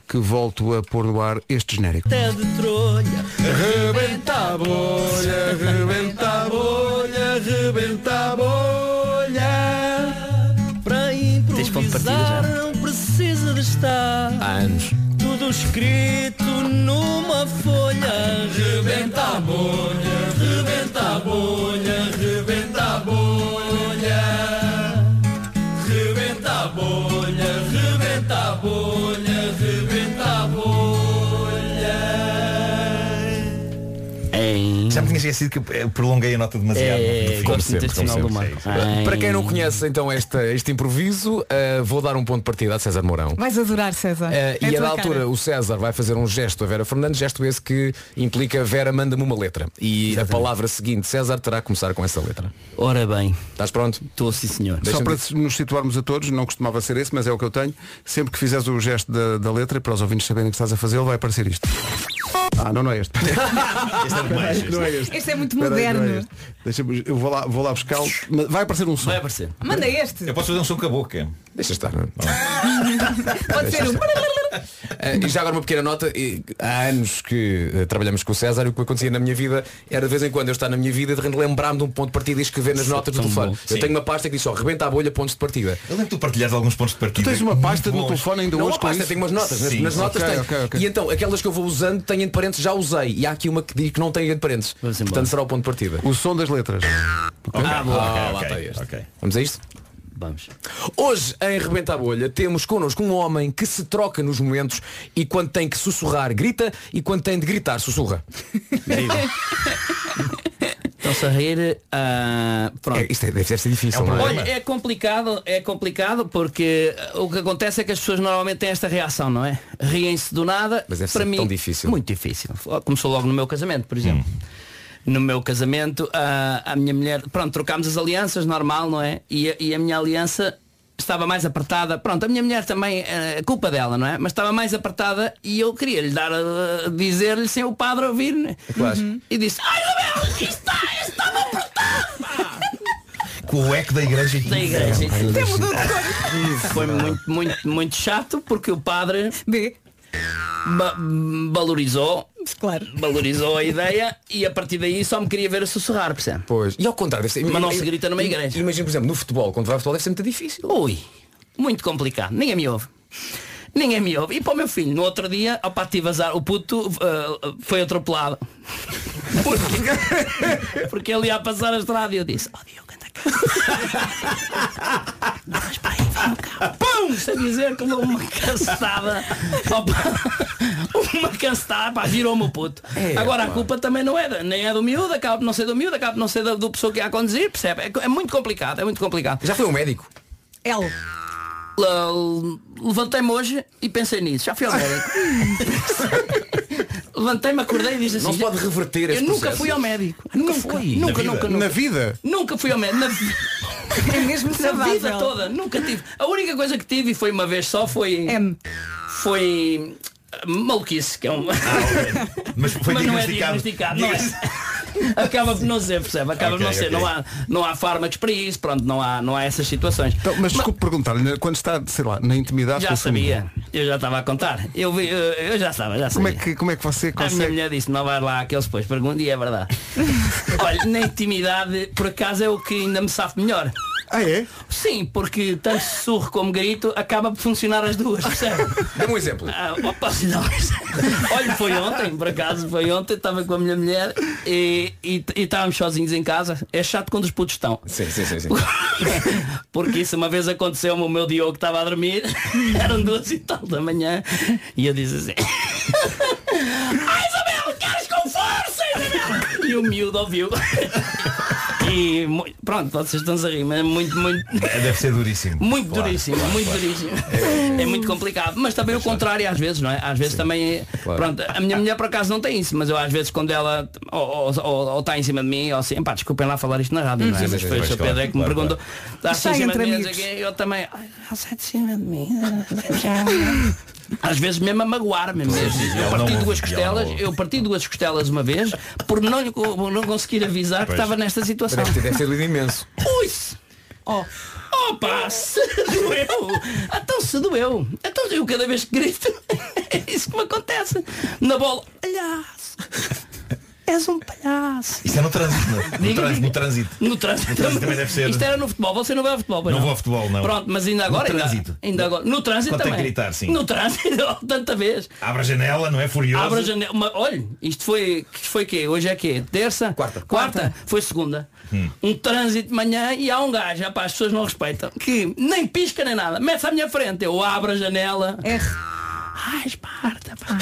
Speaker 2: que volto a pôr no ar este genérico.
Speaker 4: Até de trolha.
Speaker 2: Rebenta a
Speaker 4: bolha, rebenta a bolha, rebenta a bolha. Para
Speaker 16: Tens ponto de partida já?
Speaker 4: improvisar não precisa de estar
Speaker 10: Há anos.
Speaker 4: tudo escrito numa folha. Rebenta a bolha, rebenta a bolha, rebenta a bolha. Rebenta a bolha, rebenta a bolha, rebenta a bolha.
Speaker 12: Já me tinha esquecido que eu eh, prolonguei a nota demasiado.
Speaker 10: É,
Speaker 12: Como
Speaker 10: gosto
Speaker 12: sempre,
Speaker 10: muito deste
Speaker 12: como
Speaker 10: sinal do
Speaker 12: sempre, é
Speaker 10: mar.
Speaker 16: Ah.
Speaker 12: sim, sim.
Speaker 10: Para quem não conhece então esta, este improviso, eh, vou dar um ponto de partida a César Mourão.
Speaker 1: Vais adorar, César.
Speaker 10: Eh,
Speaker 1: É a
Speaker 10: e a
Speaker 1: tua
Speaker 10: da altura
Speaker 1: cara.
Speaker 10: o César vai fazer um gesto a Vera Fernandes, gesto esse que implica Vera manda-me uma letra. E a palavra seguinte, César, terá que começar com essa letra.
Speaker 16: Ora bem.
Speaker 10: Estás pronto?
Speaker 16: Estou sim senhor.
Speaker 2: Só
Speaker 10: Deixa-me
Speaker 2: para
Speaker 10: dizer-
Speaker 2: nos situarmos a todos, não costumava ser esse, mas é o que eu tenho. Sempre que fizeres o gesto da, da letra, para os ouvintes saberem que estás a fazê-lo, vai aparecer isto. Ah, não, não é este. Não é este.
Speaker 1: Este é muito
Speaker 2: Espera aí, não é
Speaker 1: moderno.
Speaker 2: este. Deixa-me- eu vou lá, vou lá buscá-lo. Mas Vai aparecer um som. Vai
Speaker 16: aparecer.
Speaker 1: Manda este.
Speaker 12: Eu posso fazer um som com a boca.
Speaker 10: Deixa estar. é?
Speaker 1: Pode ser um.
Speaker 10: Eh, e já agora uma pequena nota, eh, há anos que eh, trabalhamos com o César e o que acontecia na minha vida era de vez em quando eu estar na minha vida e de repente lembrar-me de um ponto de partida e escrever
Speaker 16: é
Speaker 10: nas notas do
Speaker 12: tão
Speaker 10: telefone.
Speaker 12: bom.
Speaker 10: Eu
Speaker 12: Sim.
Speaker 10: tenho uma pasta que diz só, rebenta a bolha pontos de partida.
Speaker 12: Eu lembro que tu partilhares alguns pontos de partida. Muito bons.
Speaker 10: Não, uma pasta, tem umas notas, nas,
Speaker 12: Sim,
Speaker 10: nas
Speaker 12: sim.
Speaker 10: notas tem. E então, aquelas que eu vou usando têm entre parênteses, já usei. E há aqui uma que diz que não tem entre parênteses. Portanto, será o ponto de partida.
Speaker 2: O som das letras.
Speaker 10: Ah, boa. Ah, lá
Speaker 12: ok,
Speaker 10: está este.
Speaker 12: ok.
Speaker 10: Vamos a isto?
Speaker 16: Vamos.
Speaker 10: Hoje, em Rebenta a Bolha, temos connosco um homem que se troca nos momentos e quando tem que sussurrar, grita e quando tem de gritar, sussurra.
Speaker 16: Então Sarreira, ah, pronto.
Speaker 10: É, isto é- deve ser difícil, não é?
Speaker 16: Olha, é complicado, é complicado porque o que acontece é que as pessoas normalmente têm esta reação, não é? Riem-se do nada.
Speaker 10: Mas deve
Speaker 16: Para
Speaker 10: ser
Speaker 16: mim,
Speaker 10: tão difícil.
Speaker 16: Muito difícil. Começou logo no meu casamento, por exemplo.
Speaker 10: Hum.
Speaker 16: No meu casamento, ah, a minha mulher, pronto, trocámos as alianças, normal, não é? E, a- e a minha aliança estava mais apertada. Pronto, a minha mulher também, é culpa dela, não é? Mas estava mais apertada e eu queria lhe dar, ah, dizer-lhe sem o padre ouvir, né?
Speaker 10: claro.
Speaker 16: E disse, ai, Abel, isto está, isto está
Speaker 12: Com o eco da igreja.
Speaker 16: da igreja. um Foi muito, muito, muito chato porque o padre ba- valorizou.
Speaker 1: Claro.
Speaker 16: Valorizou a ideia e a partir daí só me queria ver a sussurrar, percebe?
Speaker 10: Pois. E ao contrário, deve ser.
Speaker 16: Mas não
Speaker 10: e-
Speaker 16: se grita numa
Speaker 10: e-
Speaker 16: igreja.
Speaker 10: Imagina, por exemplo, no futebol, quando vai ao futebol deve ser muito difícil.
Speaker 16: Ui, muito complicado. Ninguém me ouve. Ninguém me ouve. E para o meu filho, no outro dia, ao tive azar, o puto ah, foi atropelado. Porque, porque ele ia passar a estrada e eu disse, ó Diogo, anda cá. Mas para aí, vem cá. Pum! Isto a dizer que levou uma cansada. uma cansada, pá, virou-me o puto.
Speaker 4: É,
Speaker 16: Agora a
Speaker 4: pá.
Speaker 16: culpa também não é, da- nem é do miúdo, acaba por não ser do miúdo, acaba por não ser da- do pessoa que ia a conduzir, percebe? É, co- é muito complicado, é muito complicado.
Speaker 10: Já foi um médico?
Speaker 1: L.
Speaker 16: Le- Levantei-me hoje e pensei nisso. Já fui ao médico. Levantei-me, acordei e disse assim.
Speaker 10: Não se pode reverter
Speaker 16: Eu
Speaker 10: este
Speaker 16: nunca
Speaker 10: processo.
Speaker 16: fui ao médico. Nunca fui. Nunca, nunca, nunca.
Speaker 2: Na vida?
Speaker 16: Nunca fui ao médico. Na, vi-
Speaker 1: É mesmo
Speaker 16: na
Speaker 1: saudável.
Speaker 16: vida toda. Nunca tive. A única coisa que tive e foi uma vez só foi. Foi. ah, Maluquice, que é um.
Speaker 12: Mas foi
Speaker 16: não é
Speaker 2: Ah,
Speaker 12: diagnosticado.
Speaker 16: diagnosticado. Não é. acaba por não ser, percebe? Acaba
Speaker 2: Ok,
Speaker 16: por não ser.
Speaker 2: ok.
Speaker 16: Não, há, não há fármacos para isso, pronto, não há, não há essas situações.
Speaker 2: Então, mas desculpe perguntar, quando está, sei lá, na intimidade
Speaker 16: Já
Speaker 2: com o seu
Speaker 16: sabia,
Speaker 2: amigo,
Speaker 16: eu já estava a contar. Eu, vi- eu, eu já estava, já sabia.
Speaker 2: Como é que, como é que
Speaker 10: Ah,
Speaker 2: você
Speaker 16: A minha
Speaker 2: consegue.
Speaker 16: mulher disse, não vai lá aqueles depois, pergunta e é verdade. Olha, na intimidade, por acaso é o que ainda me safo melhor.
Speaker 2: Ah é?
Speaker 16: Sim, porque tanto sussurro como grito acaba por funcionar as duas, percebe?
Speaker 10: Dê-me um exemplo.
Speaker 16: Ah, opa, não. Olha, foi ontem, por acaso foi ontem, estava com a minha mulher e, e, e estávamos sozinhos em casa. É chato quando os putos estão.
Speaker 10: Sim, sim, sim, sim.
Speaker 16: Porque isso uma vez aconteceu, o meu Diogo estava a dormir, eram duas e tal da manhã, e eu disse assim. Ai, Isabel, queres com força, Isabel? E o miúdo ouviu. E mu- pronto, vocês estão a rir, mas é muito, muito.
Speaker 12: Deve ser duríssimo.
Speaker 16: Muito
Speaker 12: Claro,
Speaker 16: duríssimo,
Speaker 12: claro,
Speaker 16: muito
Speaker 12: claro.
Speaker 16: duríssimo. É muito complicado. Mas também o contrário às vezes, não é? Às vezes também.
Speaker 10: claro.
Speaker 16: Pronto, a minha mulher por acaso não tem isso, mas eu às vezes quando ela ou está ou, ou tá em cima de mim, ou assim, pá, desculpem lá falar isto na rádio,
Speaker 10: Hum.
Speaker 16: não é?
Speaker 10: Sim, sim,
Speaker 16: Mas
Speaker 10: sim,
Speaker 16: foi o
Speaker 10: pois,
Speaker 16: Sr.
Speaker 10: claro,
Speaker 16: Pedro é que me
Speaker 10: claro,
Speaker 16: perguntou. Está assim
Speaker 10: Está
Speaker 16: em cima de
Speaker 10: entre
Speaker 16: mim, não sei
Speaker 10: amigos.
Speaker 16: o quê, eu também. "Ai, ela está de cima de mim. Às vezes mesmo a magoar-me mesmo.
Speaker 12: sim,
Speaker 16: Eu
Speaker 12: ela
Speaker 16: parti
Speaker 12: não-
Speaker 16: duas
Speaker 12: ela
Speaker 16: costelas, eu parti duas costelas uma vez por não, lhe co- por não conseguir avisar que
Speaker 10: Pois.
Speaker 16: estava nesta situação.
Speaker 10: Deve ter, é, deve ter doído imenso.
Speaker 16: Ui! se- Oh! Opa! Se doeu! Então se doeu! Então eu cada vez que grito, é isso que me acontece! Na bola, palhaço! És um palhaço!
Speaker 12: Isso é no trânsito, não é? no,
Speaker 16: Diga,
Speaker 12: trânsito
Speaker 16: diga.
Speaker 12: no trânsito.
Speaker 16: No trânsito,
Speaker 12: também deve ser.
Speaker 16: Isto era no futebol, você não vai ao futebol, pois
Speaker 12: Não
Speaker 16: não?
Speaker 12: vou ao futebol, não.
Speaker 16: Pronto, mas ainda agora.
Speaker 12: No
Speaker 16: ainda-
Speaker 12: trânsito.
Speaker 16: Ainda, agora. No trânsito
Speaker 12: Quando tem
Speaker 16: também.
Speaker 12: que gritar, sim.
Speaker 16: No trânsito, oh, tanta vez.
Speaker 12: Abre a janela, não é furioso.
Speaker 16: Abra a janela. Uma- Olha, isto foi. que Foi quê? Hoje é quê? Terça? Quarta. Quarta? Foi segunda. Hum. Um trânsito de manhã e há um gajo, rapaz, as pessoas não respeitam, que nem pisca nem nada. Mete-se à minha frente, eu abro a janela. Ai, Esparta, pá.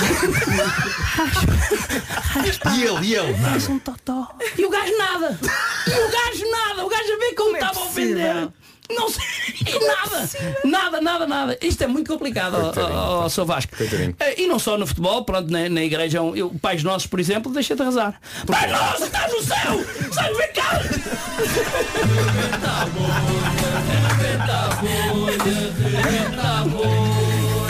Speaker 12: E ele, e ele, nada.
Speaker 16: um E o gajo nada. E o gajo nada. O gajo a ver como é estava a ofender. Não sei. E nada. Nada, nada, nada. Isto é muito complicado, ó, ó, ó, Sr. Vasco. Eh, E não só no futebol, pronto, na, na igreja, um, eu, pais nossos, por exemplo, deixa de rezar. Pai nosso, estás no céu! Santificado!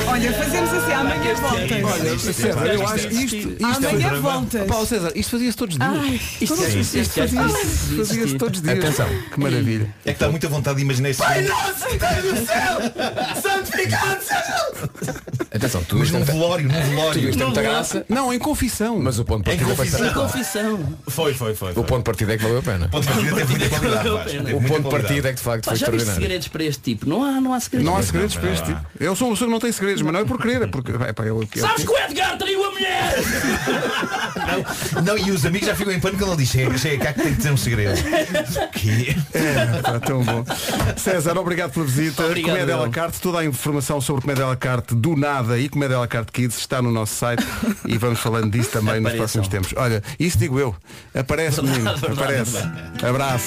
Speaker 1: Olha, fazemos assim, amanhã voltas.
Speaker 16: é
Speaker 2: Olha,
Speaker 12: é
Speaker 2: César, eu acho que é isto, Ah, isto
Speaker 10: é
Speaker 1: Amanhã
Speaker 2: foi-
Speaker 1: voltas.
Speaker 2: Pá, ó, César, isto fazia-se todos os dias.
Speaker 1: Ai,
Speaker 2: isto
Speaker 1: todos os
Speaker 2: fazia-se
Speaker 1: dias.
Speaker 2: é isto fazia-se- fazia-se todos os dias.
Speaker 12: Atenção.
Speaker 2: Que maravilha.
Speaker 12: É que está muita vontade de imaginar isso.
Speaker 4: Pai nosso que estás no céu, santificado seja o
Speaker 10: Atenção, tu Mas
Speaker 12: um
Speaker 10: num velório, num velório. Tu isto tem muita graça.
Speaker 2: Não, em confissão.
Speaker 10: Mas o
Speaker 12: É
Speaker 10: ponto de partida é foi
Speaker 16: Confissão.
Speaker 10: fantástico.
Speaker 16: confissão.
Speaker 12: Foi, foi, foi.
Speaker 10: O ponto de partida é que valeu a pena.
Speaker 12: Ponto de partida teve muita qualidade,
Speaker 16: Valeu a
Speaker 12: Vasco.
Speaker 16: pena.
Speaker 12: Teve
Speaker 10: O
Speaker 12: muita
Speaker 10: ponto de
Speaker 12: qualidade.
Speaker 10: partida é que de facto
Speaker 16: Pá,
Speaker 10: foi
Speaker 16: já viste
Speaker 10: extraordinário.
Speaker 16: segredos para este tipo? Não há, não há segredos.
Speaker 2: Não há segredos para este
Speaker 12: não há.
Speaker 2: tipo. Eu sou uma pessoa que não tem segredos, mas não é por querer, é porque. é pá, eu- eu-
Speaker 16: Sabes que o Edgar traiu a mulher!
Speaker 12: Não, e os amigos já ficam em pânico quando ele diz chega, chega, cá que tem que dizer um segredo. O quê?
Speaker 2: É, pá, tão bom. César, obrigado pela visita.
Speaker 12: Obrigado,
Speaker 2: Comédia à la
Speaker 12: eu.
Speaker 2: carte, toda a informação sobre Comédia à la carte do nada e Comédia à la carte Kids está no nosso site e vamos falando disso também nos
Speaker 16: Apareçam.
Speaker 2: próximos tempos. Olha, isso digo eu. Aparece,
Speaker 16: Verdade,
Speaker 2: menino.
Speaker 16: verdade.
Speaker 2: Aparece. Abraço.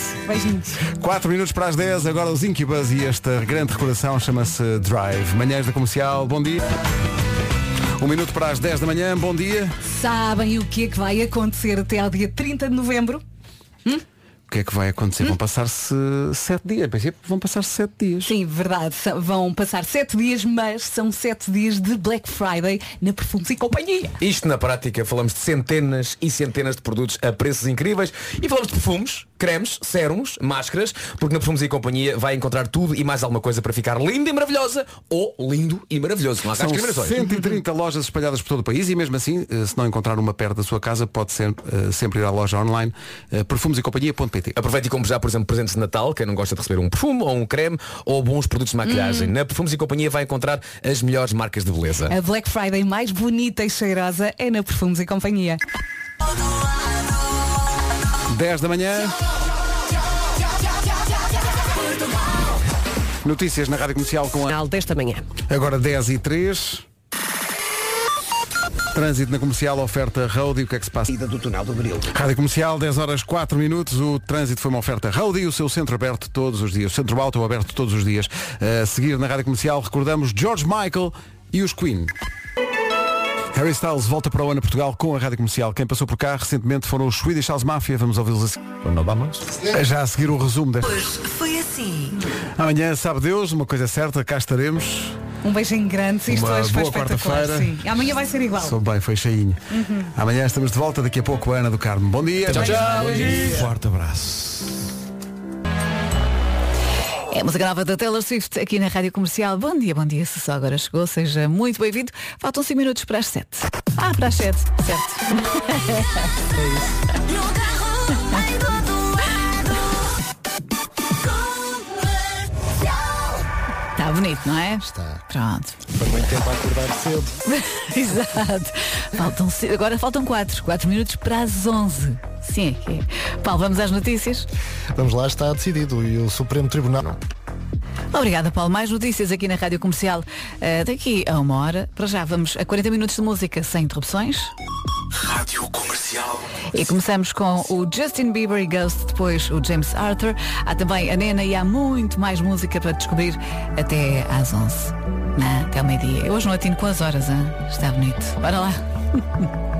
Speaker 2: 4 minutos para as 10, agora os Incubus e esta grande recordação chama-se Drive. Manhãs da Comercial, bom dia. Um minuto para as 10 da manhã, bom dia.
Speaker 1: Sabem o que é que vai acontecer até ao dia 30 de novembro?
Speaker 2: O que é que vai acontecer? Vão passar-se 7 dias, em princípio vão passar-se 7 dias.
Speaker 1: Sim, verdade. Sa- Vão passar 7 dias, mas são 7 dias de Black Friday na Perfumes e Companhia.
Speaker 10: Isto na prática falamos de centenas e centenas de produtos a preços incríveis e falamos de perfumes, cremes, sérums, máscaras, porque na Perfumes e Companhia vai encontrar tudo e mais alguma coisa para ficar linda e maravilhosa ou lindo e maravilhoso. Não há cá
Speaker 2: São
Speaker 10: discriminações.
Speaker 2: 130 lojas espalhadas por todo o país e mesmo assim, eh, se não encontrar uma perto da sua casa, pode ser, eh, sempre ir à loja online eh, perfumesecompanhia.pt
Speaker 10: Aproveite e compre já, por exemplo, presentes de Natal, quem não gosta de receber um perfume ou um creme ou bons produtos de maquilhagem. Na Perfumes e Companhia vai encontrar as melhores marcas de beleza.
Speaker 1: A Black Friday mais bonita e cheirosa é na Perfumes e Companhia.
Speaker 2: 10 da manhã. Notícias na Rádio Comercial com a...
Speaker 20: desta manhã.
Speaker 2: Agora 10 e 3. Trânsito na comercial, oferta road e o que é que se passa?
Speaker 3: Ida do túnel do Bril.
Speaker 2: Rádio Comercial, 10 horas 4 minutos. O trânsito foi uma oferta Road e o seu centro aberto todos os dias. O centro alto aberto todos os dias. A seguir na Rádio Comercial recordamos George Michael e os Queen. Harry Styles volta para o ano a Portugal com a Rádio Comercial. Quem passou por cá recentemente foram os Swedish House Mafia. Vamos ouvi-los assim. Já a seguir o resumo desta.
Speaker 4: Foi assim.
Speaker 2: Amanhã, sabe Deus, uma coisa é certa, cá estaremos.
Speaker 1: Um beijinho grande. Isto
Speaker 2: Uma
Speaker 1: hoje foi
Speaker 2: boa
Speaker 1: espetacular.
Speaker 2: quarta-feira.
Speaker 1: Sim. Amanhã vai ser igual.
Speaker 2: Sou bem, foi cheinho.
Speaker 1: Uhum.
Speaker 2: Amanhã estamos de volta, daqui a pouco Ana do Carmo. Bom dia.
Speaker 1: Tchau, tchau.
Speaker 2: É.
Speaker 1: Bom dia.
Speaker 2: Forte abraço.
Speaker 20: É a música nova da Taylor Swift aqui na Rádio Comercial. Bom dia, bom dia. Se só agora chegou, seja muito bem-vindo. Faltam 5 minutos para as 7. Ah, para as 7, certo.
Speaker 4: É isso.
Speaker 20: Está bonito, não é? Está. Pronto.
Speaker 5: Foi muito tempo a acordar cedo.
Speaker 20: Exato. Faltam, ci- agora faltam 4. 4 minutos para as 11. Sim, é que é. Paulo, vamos às notícias?
Speaker 21: Vamos lá, está decidido e o Supremo Tribunal.
Speaker 20: Obrigada, Paulo. Mais notícias aqui na Rádio Comercial eh, daqui a uma hora. Para já vamos a 40 minutos de música sem interrupções.
Speaker 14: Rádio Comercial.
Speaker 20: E começamos com o Justin Bieber e Ghost, depois o James Arthur. Há também a Nena e há muito mais música para descobrir até às 11. Não, até ao meio-dia. Eu Hoje não atino com as horas, hein? está bonito. Bora lá.